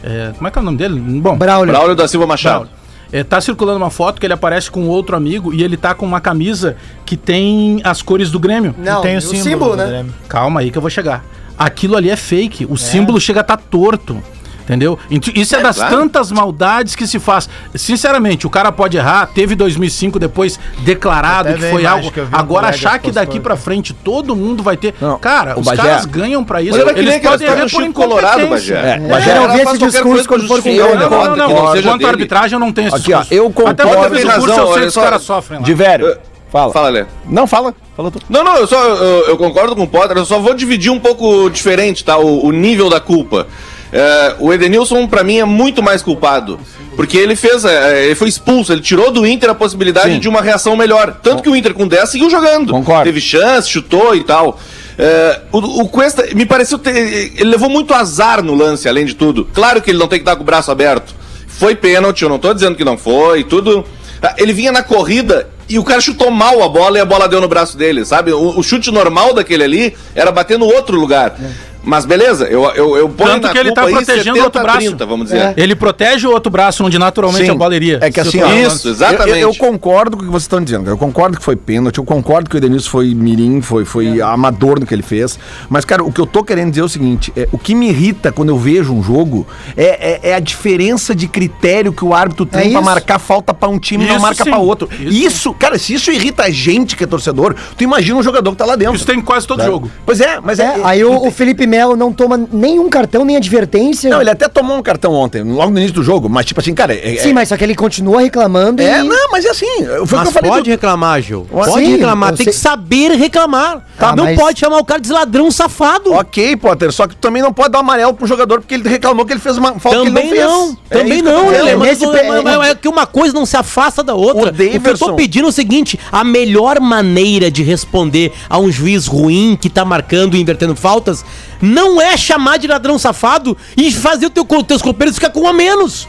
Speaker 6: É, como é que é o nome dele? Bom,
Speaker 5: Braulio.
Speaker 8: Braulio da Silva Machado.
Speaker 6: Braulio. É, tá circulando uma foto que ele aparece com um outro amigo e ele tá com uma camisa que tem as cores do Grêmio.
Speaker 5: Não,
Speaker 3: tem o
Speaker 5: e
Speaker 3: símbolo né? do
Speaker 2: né?
Speaker 3: Grêmio.
Speaker 6: Calma aí que eu vou chegar. Aquilo ali é fake. O símbolo chega a estar torto. Entendeu? Ent- Isso é, das
Speaker 8: claro.
Speaker 6: tantas maldades que se faz. Sinceramente, o cara pode errar. Teve 2005 depois declarado
Speaker 3: Até
Speaker 6: que
Speaker 3: vi a
Speaker 6: foi
Speaker 3: imagem
Speaker 6: algo.
Speaker 3: que eu vi, um
Speaker 6: Agora
Speaker 3: colega
Speaker 6: achar que
Speaker 3: postou
Speaker 6: daqui
Speaker 3: aqui.
Speaker 6: pra frente todo mundo vai ter.
Speaker 2: Não,
Speaker 6: cara,
Speaker 2: o
Speaker 6: os
Speaker 2: Bagé-
Speaker 6: caras ganham pra isso.
Speaker 8: Mas era que nem aquela história do
Speaker 6: por
Speaker 2: um
Speaker 8: Chico Colorado,
Speaker 6: incompetência.
Speaker 8: Bagé.
Speaker 2: É,
Speaker 8: Bagé,
Speaker 5: eu não
Speaker 8: ela
Speaker 5: vi
Speaker 8: faz
Speaker 5: esse
Speaker 8: qualquer
Speaker 5: discurso
Speaker 8: coisa pra
Speaker 5: quando for com
Speaker 8: justificar
Speaker 2: ele,
Speaker 8: o
Speaker 6: Não, não,
Speaker 8: negócio,
Speaker 6: não,
Speaker 8: que
Speaker 6: não.
Speaker 8: seja
Speaker 6: Quanto à
Speaker 8: dele.
Speaker 6: arbitragem, eu não tenho esse
Speaker 2: Aqui, ó,
Speaker 6: discurso.
Speaker 2: eu
Speaker 6: Até porque
Speaker 2: concordo.
Speaker 6: eu fiz o curso,
Speaker 8: razão,
Speaker 6: eu sei
Speaker 8: olha
Speaker 6: que os
Speaker 8: só.
Speaker 6: caras sofrem lá.
Speaker 2: De velho.
Speaker 8: Eu-
Speaker 2: Fala.
Speaker 8: Fala, Lê.
Speaker 2: Não, fala. Fala tu.
Speaker 8: Não, não, eu só eu, eu concordo com o Potter, eu só vou dividir um pouco diferente, tá? O, o nível da culpa. É, o Edenilson, pra mim, é muito mais culpado. Porque ele fez. é, ele foi expulso, ele tirou do Inter a possibilidade de uma reação melhor. Tanto que o Inter com 10 seguiu jogando.
Speaker 2: Concordo.
Speaker 8: Teve chance, chutou e tal. É, o, o Cuesta, me pareceu ter. Ele levou muito azar no lance, além de tudo. Claro que ele não tem que estar com o braço aberto. Foi pênalti, eu não tô dizendo que não foi, tudo. Ah, Ele vinha na corrida e o cara chutou mal a bola e a bola deu no braço dele, sabe? O, o chute normal daquele ali era bater no outro lugar.
Speaker 2: É.
Speaker 8: Mas beleza, eu, eu, eu ponho
Speaker 6: Tanto
Speaker 8: na
Speaker 6: que ele
Speaker 8: culpa
Speaker 6: tá
Speaker 8: aí
Speaker 6: protegendo o outro braço.
Speaker 8: 70, vamos dizer.
Speaker 2: É.
Speaker 6: Ele protege o outro braço onde naturalmente
Speaker 2: Sim.
Speaker 6: a bola iria.
Speaker 2: É que
Speaker 6: Se
Speaker 2: assim,
Speaker 6: eu tô
Speaker 2: ó,
Speaker 6: falando.
Speaker 8: Isso, exatamente.
Speaker 2: Eu, eu- eu concordo com o que vocês estão dizendo. cara. Eu concordo que foi pênalti, eu concordo que o Edenilson foi mirim, foi,
Speaker 6: É.
Speaker 2: foi amador no que ele fez. Mas, cara, o que eu tô querendo dizer é o seguinte: é, o que me irrita quando eu vejo um jogo é, é- é a diferença de critério que o árbitro tem pra
Speaker 5: isso.
Speaker 2: marcar falta pra um time e não
Speaker 6: É Isso
Speaker 2: marca
Speaker 6: sim.
Speaker 2: pra outro. Isso.
Speaker 6: Isso.
Speaker 2: cara, se isso irrita a gente que é torcedor, tu imagina um jogador que tá lá dentro.
Speaker 6: Isso tem em quase todo jogo.
Speaker 2: Pois é, mas é.
Speaker 5: É, aí o, o Felipe Melo não toma nenhum cartão, nem advertência.
Speaker 2: Não, ele até tomou um cartão ontem, logo no início do jogo, mas tipo assim, cara. É,
Speaker 5: Sim, mas só que ele continua reclamando.
Speaker 2: é,
Speaker 5: e-
Speaker 2: não, mas é assim. Foi o que
Speaker 10: Mas
Speaker 2: eu falei
Speaker 10: pode
Speaker 2: do-
Speaker 10: reclamar, Gil.
Speaker 5: Sim,
Speaker 10: Pode reclamar,
Speaker 5: eu
Speaker 10: tem
Speaker 5: sei.
Speaker 10: que saber reclamar.
Speaker 5: Tá,
Speaker 10: não
Speaker 5: mas-
Speaker 10: pode chamar o cara de ladrão safado.
Speaker 2: Ah, Ok, Potter, só que tu também não pode dar amarelo pro jogador porque ele reclamou que ele fez uma falta
Speaker 10: Também
Speaker 2: que ele
Speaker 10: não,
Speaker 2: fez. É
Speaker 10: também
Speaker 2: isso que eu tô
Speaker 10: não,
Speaker 2: dizendo.
Speaker 10: Lelê. Mas,
Speaker 5: Nesse
Speaker 10: o-
Speaker 5: pe-
Speaker 10: mas- mas é que uma coisa não se afasta da outra.
Speaker 2: O
Speaker 10: O, que eu
Speaker 2: Daverson-
Speaker 10: tô pedindo é o seguinte: a melhor maneira de responder a um juiz ruim que tá marcando e invertendo faltas não é chamar de ladrão safado e fazer o teu, co- teus companheiros ficar com um a menos.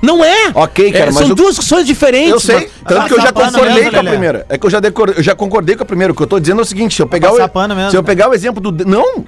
Speaker 10: Não é?
Speaker 2: Ok,
Speaker 10: É,
Speaker 2: cara, mas
Speaker 10: São
Speaker 2: o-
Speaker 10: duas questões diferentes.
Speaker 2: Eu sei,
Speaker 10: mas-
Speaker 2: tanto que eu já
Speaker 3: Passar pano
Speaker 2: concordei
Speaker 3: mesmo,
Speaker 2: com a
Speaker 3: Lelê.
Speaker 2: primeira. É que eu já, decor... eu já concordei com a primeira. O que eu tô dizendo é o seguinte: se eu pegar,
Speaker 3: Passar
Speaker 2: o...
Speaker 3: pano mesmo,
Speaker 2: se eu
Speaker 3: né?
Speaker 2: pegar o exemplo do. Não!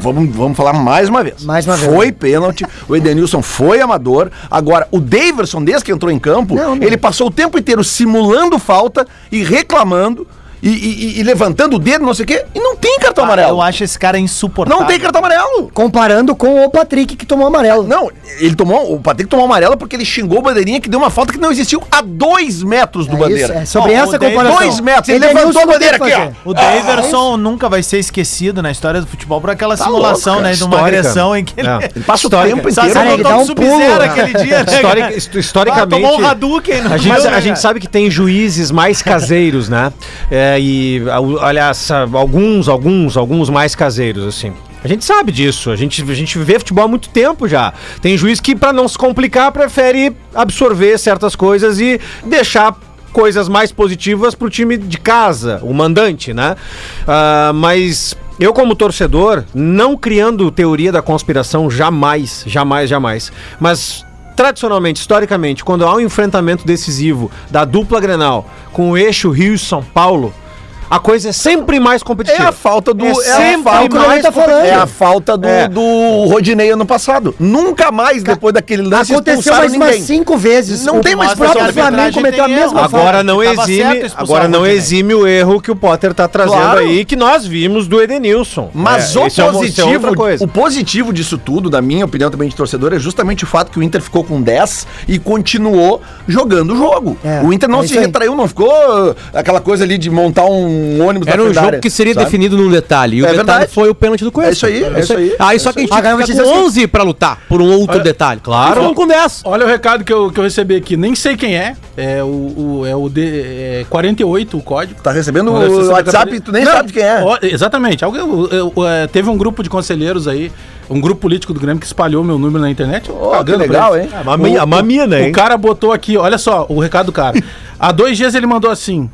Speaker 2: Vamos, vamos falar mais uma vez.
Speaker 5: Mais uma vez.
Speaker 2: Foi pênalti, o Edenilson foi amador. Agora, o Daverson, desde que entrou em campo,
Speaker 5: Não, meu.
Speaker 2: ele passou o tempo inteiro simulando falta e reclamando e, e- e levantando o dedo, não sei o quê, e não tem cartão amarelo.
Speaker 3: Ah, Eu acho esse cara insuportável.
Speaker 2: Não tem cartão amarelo!
Speaker 5: Comparando com o Patrick, que tomou amarelo.
Speaker 2: Não, ele tomou. O Patrick tomou amarelo porque ele xingou o bandeirinha que deu uma falta que não existiu a dois metros do
Speaker 5: É
Speaker 2: bandeira.
Speaker 5: isso, é sobre
Speaker 3: Ó, o
Speaker 5: essa
Speaker 3: David-
Speaker 5: comparação.
Speaker 2: Dois metros, ele
Speaker 5: Edenilson
Speaker 2: levantou a
Speaker 5: não tem
Speaker 2: bandeira
Speaker 5: que
Speaker 2: aqui,
Speaker 5: fazer.
Speaker 2: ó.
Speaker 3: O Daverson nunca vai ser esquecido na história do futebol por aquela
Speaker 2: Tá louco,
Speaker 3: simulação,
Speaker 2: cara.
Speaker 3: né? De uma
Speaker 11: Histórica.
Speaker 3: agressão em que ele.
Speaker 11: É.
Speaker 2: Ele passa o tempo
Speaker 3: Só se
Speaker 2: inteiro.
Speaker 5: Cara, ele
Speaker 3: botou
Speaker 5: dá
Speaker 3: no
Speaker 5: um
Speaker 3: Sub-Zero
Speaker 5: pulo.
Speaker 3: aquele
Speaker 2: [LAUGHS]
Speaker 3: dia, né?
Speaker 4: [LAUGHS]
Speaker 11: Histori-
Speaker 3: cara?
Speaker 11: histo- historicamente-
Speaker 3: Ah, tomou um Hadouken no
Speaker 11: A gente,
Speaker 3: jogo,
Speaker 11: a
Speaker 3: né,
Speaker 11: gente
Speaker 3: cara?
Speaker 11: sabe que tem juízes mais caseiros, né? É, e, a- aliás, a- alguns, alguns, alguns mais caseiros, assim. A gente sabe disso. A gente, a gente vê futebol há muito tempo já. Tem juiz que, pra não se complicar, prefere absorver certas coisas e deixar coisas mais positivas pro time de casa, o mandante, né? Ah, mas eu, como torcedor, não criando teoria da conspiração jamais, jamais, jamais. Mas Tradicionalmente, historicamente, quando há um enfrentamento decisivo da dupla Grenal com o eixo Rio-São Paulo, a coisa é sempre mais competitiva.
Speaker 2: É a falta do.
Speaker 11: É sempre
Speaker 2: a
Speaker 11: o que o Lelê tá
Speaker 2: falta,
Speaker 11: falando.
Speaker 2: é a falta do,
Speaker 11: É.
Speaker 2: do Rodinei ano passado. Nunca mais, depois daquele lance,
Speaker 5: Aconteceu
Speaker 2: expulsaram
Speaker 5: mais umas cinco vezes.
Speaker 2: Não tem mais
Speaker 5: O próprio
Speaker 2: processo de
Speaker 5: Flamengo
Speaker 3: arbitragem,
Speaker 5: cometeu a
Speaker 3: tem
Speaker 5: mesma
Speaker 3: erro.
Speaker 11: Agora
Speaker 5: falta.
Speaker 11: não
Speaker 3: Tava certo
Speaker 11: exime,
Speaker 3: expulsar
Speaker 11: agora
Speaker 3: o
Speaker 11: não
Speaker 3: Rodinei.
Speaker 11: exime o erro que o Potter tá trazendo
Speaker 2: Claro.
Speaker 11: aí que nós vimos do Edenilson.
Speaker 2: Mas
Speaker 11: É,
Speaker 2: o
Speaker 11: isso é uma- isso é outra
Speaker 2: positivo,
Speaker 11: coisa.
Speaker 2: o positivo disso tudo, na minha opinião também de torcedor, é justamente o fato que o Inter ficou com 10 e continuou jogando o jogo.
Speaker 5: É,
Speaker 2: o Inter não
Speaker 5: é
Speaker 2: se
Speaker 5: isso aí.
Speaker 2: retraiu, não ficou uh, aquela ah, coisa ali de montar um um ônibus
Speaker 10: Era
Speaker 2: na
Speaker 10: um
Speaker 2: frente da
Speaker 10: jogo
Speaker 2: área,
Speaker 10: que seria
Speaker 2: sabe?
Speaker 10: definido num detalhe. E o
Speaker 2: É
Speaker 10: detalhe
Speaker 2: verdade.
Speaker 10: foi o pênalti do Cuesta.
Speaker 2: É isso aí, é isso aí.
Speaker 10: Aí só que a gente
Speaker 2: Ah,
Speaker 10: tinha
Speaker 2: cara,
Speaker 10: que ficar
Speaker 2: eu vou te
Speaker 10: com
Speaker 2: dizer assim-
Speaker 10: 11 pra lutar por um outro
Speaker 6: Olha-
Speaker 10: detalhe.
Speaker 6: Olha-
Speaker 10: Vamos com 10.
Speaker 6: Olha o recado que eu, que eu recebi aqui. Nem sei quem é. É o, o- é o D, é 48 o código.
Speaker 2: Tá recebendo
Speaker 6: Não deve ser
Speaker 2: o WhatsApp
Speaker 6: secretaria.
Speaker 2: e tu nem
Speaker 6: Não,
Speaker 2: sabe quem é.
Speaker 6: ó, exatamente. Alguém- eu- eu- é, teve um grupo de conselheiros aí, um grupo político do Grêmio que espalhou meu número na internet.
Speaker 2: que
Speaker 6: Pagando pra
Speaker 2: legal,
Speaker 6: eles.
Speaker 2: hein?
Speaker 6: Ah,
Speaker 11: mami-
Speaker 6: o-
Speaker 11: É, a né? mamina,
Speaker 6: o-
Speaker 11: hein?
Speaker 6: O cara botou aqui, olha só o recado
Speaker 10: [LAUGHS]
Speaker 6: do cara. Há dois dias ele mandou assim: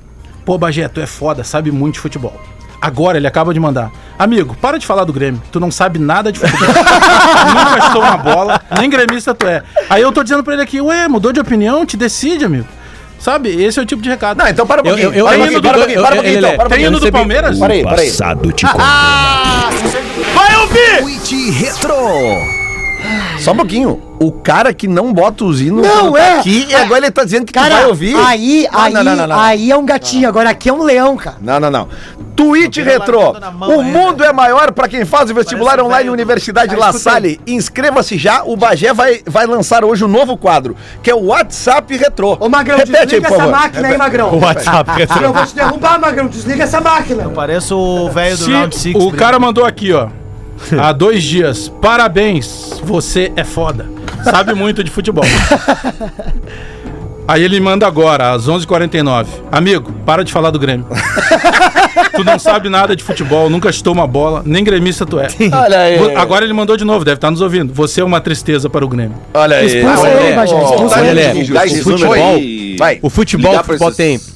Speaker 6: Pô, Bagé, tu é foda, sabe muito de futebol. Agora ele acaba de mandar. Amigo, para de falar do Grêmio. Tu não sabe nada
Speaker 10: [LAUGHS]
Speaker 6: de futebol. Nunca chutou uma bola, nem gremista tu é. Aí eu tô dizendo pra ele aqui, ué, mudou de opinião? Te decide, amigo. Sabe, esse é o tipo de recado.
Speaker 2: Não, então para um
Speaker 10: Eu-
Speaker 2: pouquinho.
Speaker 10: eu- eu-
Speaker 2: para um
Speaker 10: eu-
Speaker 2: pouquinho,
Speaker 10: eu-
Speaker 2: para um pouquinho,
Speaker 10: eu- eu-
Speaker 2: para um pouquinho,
Speaker 10: ele- é-
Speaker 2: então. Para um
Speaker 10: tem
Speaker 2: pouquinho.
Speaker 10: hino do
Speaker 6: Palmeiras?
Speaker 2: Para aí, para aí.
Speaker 1: Passado te condena.
Speaker 7: Vai ouvir!
Speaker 9: Tweet Retro.
Speaker 2: Só um pouquinho. O cara que não bota os hinos
Speaker 5: Não,
Speaker 2: quando tá
Speaker 5: é.
Speaker 2: aqui, e agora ele tá dizendo que tu
Speaker 5: Cara,
Speaker 2: vai ouvir.
Speaker 5: aí,
Speaker 2: Não,
Speaker 5: aí,
Speaker 2: não, não, não, não.
Speaker 5: aí é um gatinho, agora aqui é um leão, cara.
Speaker 2: Não, não, não. Twitch Retro.
Speaker 3: lavando na mão
Speaker 2: O
Speaker 3: ainda.
Speaker 2: mundo é maior para quem faz o vestibular
Speaker 3: Parece um
Speaker 2: online
Speaker 3: velho.
Speaker 2: Universidade
Speaker 5: tá
Speaker 3: Ah,
Speaker 2: La
Speaker 3: escutei.
Speaker 2: Salle. Inscreva-se já. O Bagé vai, vai lançar hoje um novo quadro, que é o WhatsApp Retro.
Speaker 5: Ô, Magrão,
Speaker 2: Repete aí,
Speaker 5: desliga
Speaker 2: por
Speaker 5: essa
Speaker 2: favor.
Speaker 5: máquina aí, Magrão.
Speaker 11: WhatsApp.
Speaker 5: Eu vou te derrubar, Magrão, desliga essa máquina.
Speaker 3: Parece o velho É do Round
Speaker 6: Se
Speaker 3: 6.
Speaker 6: o cara mandou aqui, ó. Há dois dias. Parabéns, você é foda. Sabe muito de futebol. Aí ele manda agora, às 11h49. Amigo, para de falar do Grêmio. tu não sabe nada de futebol, nunca chutou uma bola, nem gremista tu é.
Speaker 2: Olha aí.
Speaker 6: Vo- Agora ele mandou de novo, deve estar nos ouvindo. Você é uma tristeza para o Grêmio.
Speaker 2: Olha aí.
Speaker 5: Expulsa
Speaker 2: Olha
Speaker 5: ele,
Speaker 2: aí.
Speaker 5: Bagé,
Speaker 2: Ó,
Speaker 5: expulsa
Speaker 2: tá
Speaker 10: ele.
Speaker 2: vendo, gente?
Speaker 8: Dá
Speaker 2: O
Speaker 8: esse
Speaker 2: futebol-
Speaker 8: número aí.
Speaker 2: Vai.
Speaker 10: O futebol,
Speaker 8: Ligar
Speaker 10: o
Speaker 8: pra
Speaker 10: futebol
Speaker 8: esses-
Speaker 10: tem.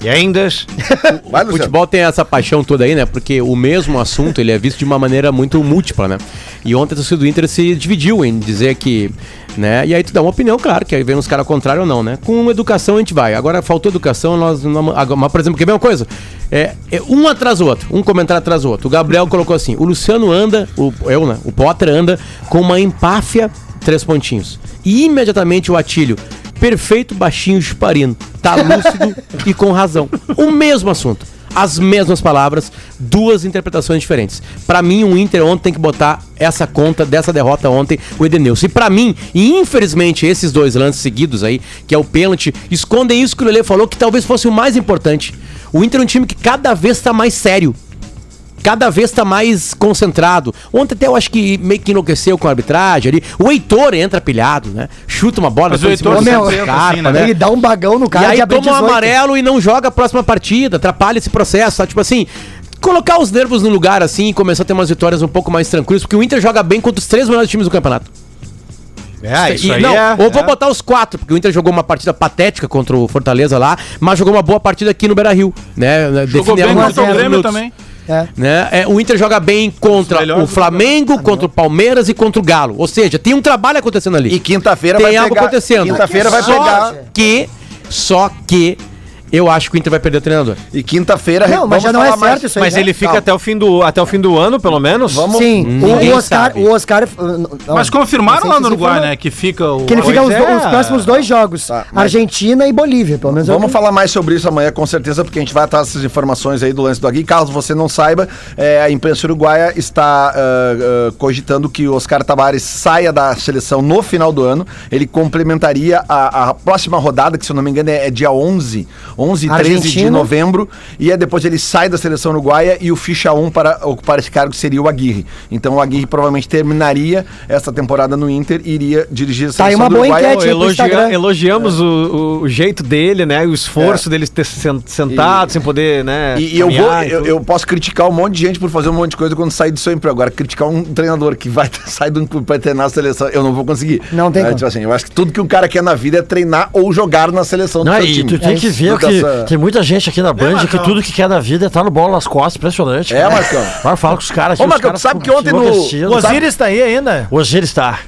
Speaker 11: E ainda.
Speaker 2: Vai,
Speaker 10: O
Speaker 2: Luciano.
Speaker 10: futebol tem essa paixão toda aí, né? Porque o mesmo assunto ele é visto de uma maneira muito múltipla, né? E ontem a torcida do Inter se dividiu em dizer que. Né? E aí tu dá uma opinião, claro, que aí vem uns caras contrários ou não, né? Com educação a gente vai. Agora faltou educação, nós. não- agora- Mas, por exemplo, quer ver uma coisa? É, é um atrás do outro, um comentário atrás do outro. O Gabriel colocou assim: o Luciano anda, o, eu, né? O Potter anda com uma empáfia, três pontinhos. E imediatamente o Atílio. Perfeito, baixinho, chuparino. Tá lúcido e com razão. O mesmo assunto. As mesmas palavras, duas interpretações diferentes. Pra mim, o Inter ontem tem que botar essa conta dessa derrota ontem, o Edenilson. E pra mim, e infelizmente, esses dois lances seguidos aí, que é o pênalti, escondem isso que o Lele falou, que talvez fosse o mais importante. O Inter é um time que cada vez tá mais sério cada vez está mais concentrado. Ontem até eu acho que meio que enlouqueceu com a arbitragem ali. O Heitor entra pilhado, né? Chuta uma bola,
Speaker 6: Mas
Speaker 10: depois
Speaker 6: o Heitor
Speaker 10: se
Speaker 6: sempre
Speaker 10: bota
Speaker 6: entra
Speaker 10: Scarpa,
Speaker 6: assim, né?
Speaker 10: né?
Speaker 5: Ele dá um bagão no cara
Speaker 10: e
Speaker 5: de
Speaker 10: aí
Speaker 5: abrir
Speaker 10: toma um
Speaker 5: 18.
Speaker 10: amarelo e não joga a próxima partida, atrapalha esse processo, tá? Tipo assim, colocar os nervos no lugar assim e começar a ter umas vitórias um pouco mais tranquilas, porque o Inter joga bem contra os três melhores times do campeonato.
Speaker 11: É,
Speaker 10: E- não, ou vou botar os quatro, porque o Inter jogou uma partida patética contra o Fortaleza lá, mas jogou uma boa partida aqui no Beira-Rio, né?
Speaker 6: Jogou bem
Speaker 10: ela nos
Speaker 6: contra o
Speaker 10: últimos
Speaker 6: Grêmio
Speaker 10: minutos
Speaker 6: também.
Speaker 5: É.
Speaker 10: né? É, o Inter joga bem contra
Speaker 6: melhores
Speaker 10: o
Speaker 6: do
Speaker 10: Flamengo, contra o Palmeiras e contra o Galo. Ou seja, tem um trabalho acontecendo ali.
Speaker 2: E quinta-feira
Speaker 10: tem
Speaker 2: vai
Speaker 10: algo
Speaker 2: pegar-
Speaker 10: acontecendo.
Speaker 2: Quinta-feira vai
Speaker 10: só
Speaker 2: pegar.
Speaker 10: que só que eu acho que o Inter vai perder o treinador.
Speaker 2: E quinta-feira.
Speaker 5: Não, mas já não é
Speaker 2: falar
Speaker 5: certo
Speaker 2: mais-
Speaker 5: isso aí.
Speaker 11: Mas
Speaker 5: né?
Speaker 11: ele fica
Speaker 2: Calma.
Speaker 11: até, o fim do, até o fim do ano, pelo menos?
Speaker 2: Vamos.
Speaker 5: Sim, o,
Speaker 10: Ninguém
Speaker 5: o Oscar.
Speaker 10: sabe.
Speaker 5: O Oscar. eh, não,
Speaker 6: Mas confirmaram
Speaker 5: não sei
Speaker 6: lá
Speaker 5: se
Speaker 6: no
Speaker 5: isso
Speaker 6: Uruguai,
Speaker 5: foi-
Speaker 6: né? Que fica o.
Speaker 5: Que ele fica
Speaker 11: Pois
Speaker 5: os, do-
Speaker 11: é.
Speaker 5: os próximos dois jogos:
Speaker 2: Tá, mas-
Speaker 5: Argentina e Bolívia, pelo menos. é o
Speaker 2: Vamos
Speaker 5: que-
Speaker 2: falar mais sobre isso amanhã, com certeza, porque a gente vai atrás dessas informações aí do lance do Agui. Caso você não saiba, é, a imprensa uruguaia está ah, ah, cogitando que o Oscar Tabares saia da seleção no final do ano. Ele complementaria a, a próxima rodada, que se eu não me engano é, é dia 11, 11 e 13 de
Speaker 5: Argentina.
Speaker 2: novembro. E aí depois ele sai da seleção uruguaia e o ficha 1 para ocupar esse cargo seria o Aguirre. Então o Aguirre provavelmente terminaria essa temporada no Inter e iria dirigir a
Speaker 5: Tá aí uma boa
Speaker 12: É
Speaker 11: Pô,
Speaker 5: enquete. Tipo
Speaker 11: elogia-
Speaker 5: Instagram.
Speaker 11: elogiamos o, o- o jeito dele, né? O
Speaker 12: É.
Speaker 11: esforço dele ter se sen- sentado, sem poder, né?
Speaker 2: E, e eu, vou,
Speaker 11: caminhar e
Speaker 2: eu,
Speaker 11: tudo.
Speaker 2: eu posso criticar um monte de gente por fazer um monte de coisa quando sair do seu emprego. Agora, criticar um treinador que vai [LAUGHS] sair do clube pra treinar a seleção, eu não vou conseguir.
Speaker 5: Não tem
Speaker 2: é,
Speaker 5: como.
Speaker 2: tipo assim, Eu acho que tudo que um cara quer na vida é treinar ou jogar na seleção
Speaker 12: Não,
Speaker 2: seu
Speaker 12: e tu tem
Speaker 5: É
Speaker 12: que
Speaker 5: isso.
Speaker 12: ver
Speaker 2: Muda
Speaker 12: que
Speaker 2: essa-
Speaker 12: tem muita gente aqui na Band que
Speaker 3: Marcão?
Speaker 12: tudo que quer da vida é tá no bola nas costas, impressionante.
Speaker 2: É,
Speaker 12: cara. [LAUGHS]
Speaker 2: Marcão.
Speaker 12: Vai falar com os caras
Speaker 2: Ô,
Speaker 12: os
Speaker 2: Marcão,
Speaker 12: caras
Speaker 2: tu sabe
Speaker 12: ficam
Speaker 2: que ontem no- É.
Speaker 12: enlouquecidos.
Speaker 3: O Osiris tá aí ainda?
Speaker 12: Hoje ele está.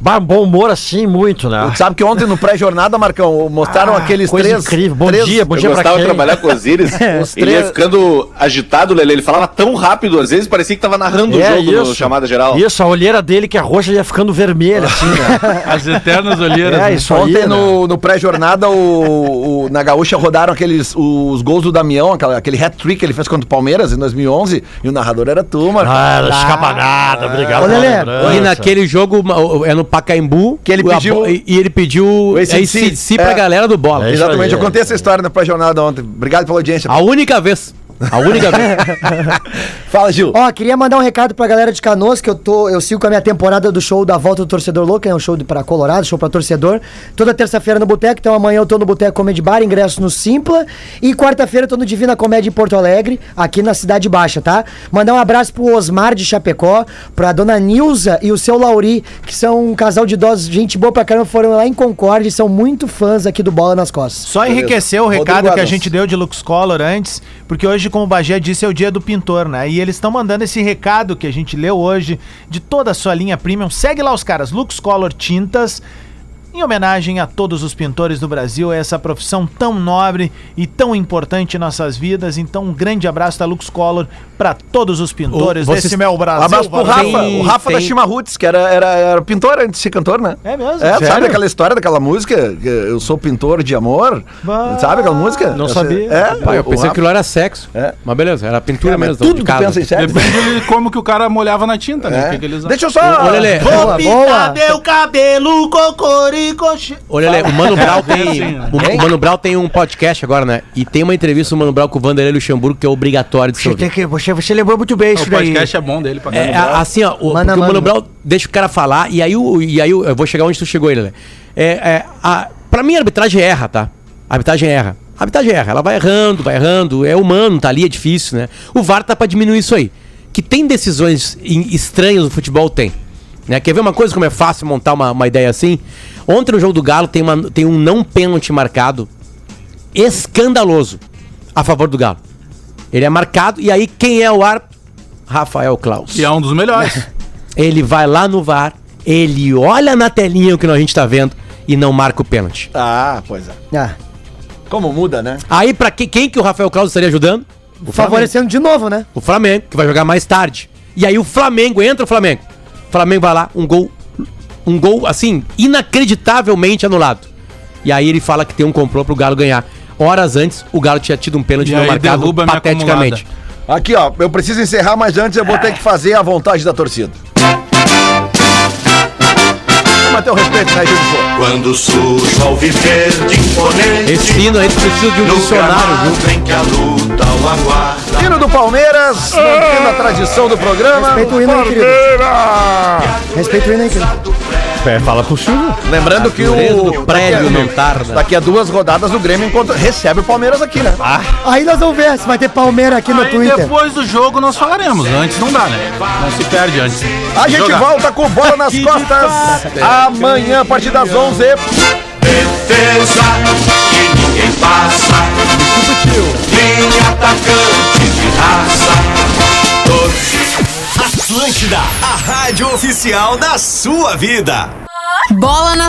Speaker 12: Bah, Bom humor assim, muito, né?
Speaker 2: Sabe que ontem no pré-jornada, Marcão, mostraram
Speaker 12: Ah,
Speaker 2: aqueles
Speaker 12: coisa
Speaker 2: três.
Speaker 12: incrível. Bom
Speaker 2: três-
Speaker 12: dia, bom
Speaker 8: Eu
Speaker 12: dia pra
Speaker 8: gostava de
Speaker 12: quem?
Speaker 8: trabalhar com o Osiris.
Speaker 2: [LAUGHS]
Speaker 8: ele ia
Speaker 2: três-
Speaker 8: ficando agitado, Lele. Ele falava tão rápido, às vezes parecia que tava narrando
Speaker 4: É
Speaker 8: o jogo no chamada geral.
Speaker 12: É Isso, a olheira dele que é roxa ia ficando vermelha,
Speaker 11: [LAUGHS]
Speaker 12: assim, né?
Speaker 6: As eternas olheiras.
Speaker 12: é,
Speaker 6: né?
Speaker 12: isso aí,
Speaker 2: Ontem
Speaker 12: né?
Speaker 2: no, no pré-jornada, o, o- na Gaúcha rodaram aqueles, os gols do Damião, aquela- aquele hat-trick que ele fez contra o Palmeiras em 2011, e o narrador era tu, Marcão.
Speaker 12: Ah, escabanada, obrigado.
Speaker 5: Ô,
Speaker 12: pela
Speaker 5: Lelê,
Speaker 12: lembrança.
Speaker 10: E naquele jogo, ma- o, no, é no Pacaembu.
Speaker 2: Que ele
Speaker 10: o- a
Speaker 2: pediu-
Speaker 10: bo- E e ele pediu
Speaker 2: O AC/DC.
Speaker 10: ACDC pra
Speaker 2: É.
Speaker 10: galera do bola.
Speaker 2: Exatamente, eu contei essa história na pré-jornada ontem. Obrigado pela audiência.
Speaker 10: A única vez. A única vez.
Speaker 2: [LAUGHS] Fala, Gil.
Speaker 5: Ó, queria mandar um recado pra galera de Canoas, que eu tô, eu sigo com a minha temporada do show da Volta do Torcedor Louco, é um show de- pra Colorado, show pra torcedor. Toda terça-feira no Boteco, então amanhã eu tô no Boteco Comedy Bar, ingresso no Simpla. E quarta-feira eu tô no Divina Comédia em Porto Alegre, aqui na Cidade Baixa, tá? Mandar um abraço pro Osmar de Chapecó, pra dona Nilza e o seu Lauri, que são um casal de idosos, gente boa pra caramba, foram lá em Concórdia e são muito fãs aqui do Bola nas Costas.
Speaker 3: Só enriquecer o
Speaker 5: Rodrigo
Speaker 3: recado que a
Speaker 5: Adams.
Speaker 3: gente deu de Lux Color antes, porque hoje, como o Bagé disse, é o dia do pintor, né? E eles estão mandando esse recado que a gente leu hoje de toda a sua linha premium. Segue lá os caras, Lux Color Tintas. Em homenagem a todos os pintores do Brasil, essa profissão tão nobre e tão importante em nossas vidas. Então, um grande abraço da Lux Color para todos os pintores
Speaker 2: Ô, vocês-
Speaker 3: desse meu Brasil.
Speaker 2: Um abraço pro Rafa,
Speaker 3: Tem-
Speaker 2: o Rafa da
Speaker 3: tem-
Speaker 2: Chimarruts, que era, era, era pintor antes de ser cantor, né?
Speaker 3: É mesmo?
Speaker 2: É,
Speaker 3: Sério?
Speaker 2: sabe aquela história daquela música? que Eu sou pintor de amor? Sabe aquela música?
Speaker 10: Não
Speaker 2: Essa-
Speaker 10: sabia.
Speaker 2: É,
Speaker 10: Pai, eu
Speaker 2: o
Speaker 10: pensei
Speaker 2: Rafa-
Speaker 10: que lá era sexo. Mas beleza, era pintura
Speaker 2: Cara, É. mas
Speaker 10: mesmo. então,
Speaker 2: tudo
Speaker 10: de
Speaker 2: tu
Speaker 10: casa.
Speaker 2: pensa em sexo.
Speaker 6: Depende de como que o cara molhava na tinta, né? O que que eles-
Speaker 2: É, Deixa eu só-
Speaker 10: Ô, Lelê.
Speaker 3: Vou
Speaker 10: Boa,
Speaker 3: pintar
Speaker 10: boa.
Speaker 3: meu cabelo cocorico.
Speaker 10: Olha, Lê, o Mano Brown tem.
Speaker 3: Sim.
Speaker 10: O, o Mano Brown tem um podcast agora, né? E tem uma entrevista do Mano Brown com o Vanderlei Luxemburgo que é obrigatório de se
Speaker 12: Você,
Speaker 10: ouvir.
Speaker 12: tem que, você, você lembrou muito bem
Speaker 6: O
Speaker 12: isso daí.
Speaker 6: podcast é bom dele pra
Speaker 10: É,
Speaker 6: caramba.
Speaker 10: a- assim, ó, o,
Speaker 12: Mano a
Speaker 10: porque o Mano
Speaker 12: mano.
Speaker 10: Brown deixa o cara falar e aí, o, e aí o- eu vou chegar onde tu chegou, ele, né? É, é, a- pra mim a arbitragem erra, tá? A arbitragem erra. A arbitragem erra, ela vai errando, vai errando, é humano, tá ali, é difícil, né? O VAR tá pra diminuir isso aí. Que tem decisões em- estranhas no futebol, tem. Né? Quer ver uma coisa como é fácil montar uma, uma ideia assim? Ontem no jogo do Galo tem, uma- tem um não pênalti marcado escandaloso a favor do Galo. Ele é marcado e aí quem é o ar? Rafael Klaus.
Speaker 6: E é um dos melhores.
Speaker 10: Ele vai lá no VAR, ele olha na telinha o que a gente tá vendo e não marca o pênalti.
Speaker 6: Tá.
Speaker 2: Ah, pois é. Como muda, né?
Speaker 10: Aí pra que- quem que o Rafael Claus estaria ajudando? O
Speaker 12: Tá
Speaker 5: Favorecendo de novo, né?
Speaker 10: O Flamengo, que vai jogar mais tarde. E aí o Flamengo, entra o Flamengo. O Flamengo vai lá, um gol, um gol assim, inacreditavelmente anulado. E aí ele fala que tem um complô pro Galo ganhar. Horas antes, o Galo tinha tido um pênalti
Speaker 6: E
Speaker 10: não
Speaker 6: aí
Speaker 10: marcado
Speaker 6: derruba a minha
Speaker 10: pateticamente.
Speaker 2: Aqui, ó, eu preciso encerrar, mas antes eu vou ter que fazer a vontade da torcida. Vamos manter o respeito, né, Gil?
Speaker 7: Quando surge ao viver de imponente
Speaker 10: Esse hino aí precisa de um
Speaker 7: no
Speaker 10: dicionário,
Speaker 7: gramado em que a luta o aguarda
Speaker 2: Hino do Palmeiras, mantendo a tradição do programa.
Speaker 5: Respeita o hino aí, querido. Respeito o hino aí, querido.
Speaker 11: É, fala pro Silvio.
Speaker 2: Lembrando que
Speaker 10: dureza
Speaker 2: o
Speaker 10: do prédio né?
Speaker 2: daqui a-
Speaker 10: não tarda.
Speaker 2: Daqui a duas rodadas o Grêmio encontra- recebe o Palmeiras aqui, né?
Speaker 10: Ah,
Speaker 5: Aí nós vamos ver se vai ter Palmeiras aqui no
Speaker 6: Aí
Speaker 5: É, Twitter.
Speaker 6: depois do jogo nós falaremos. Antes não dá, né? Não se perde antes.
Speaker 2: A gente
Speaker 6: Jogar.
Speaker 2: volta com bola nas costas amanhã a partir das 11.
Speaker 7: Defesa que ninguém passa Nem atacante de raça Torcida
Speaker 9: Atlântida, a rádio oficial da sua vida.
Speaker 13: Bola na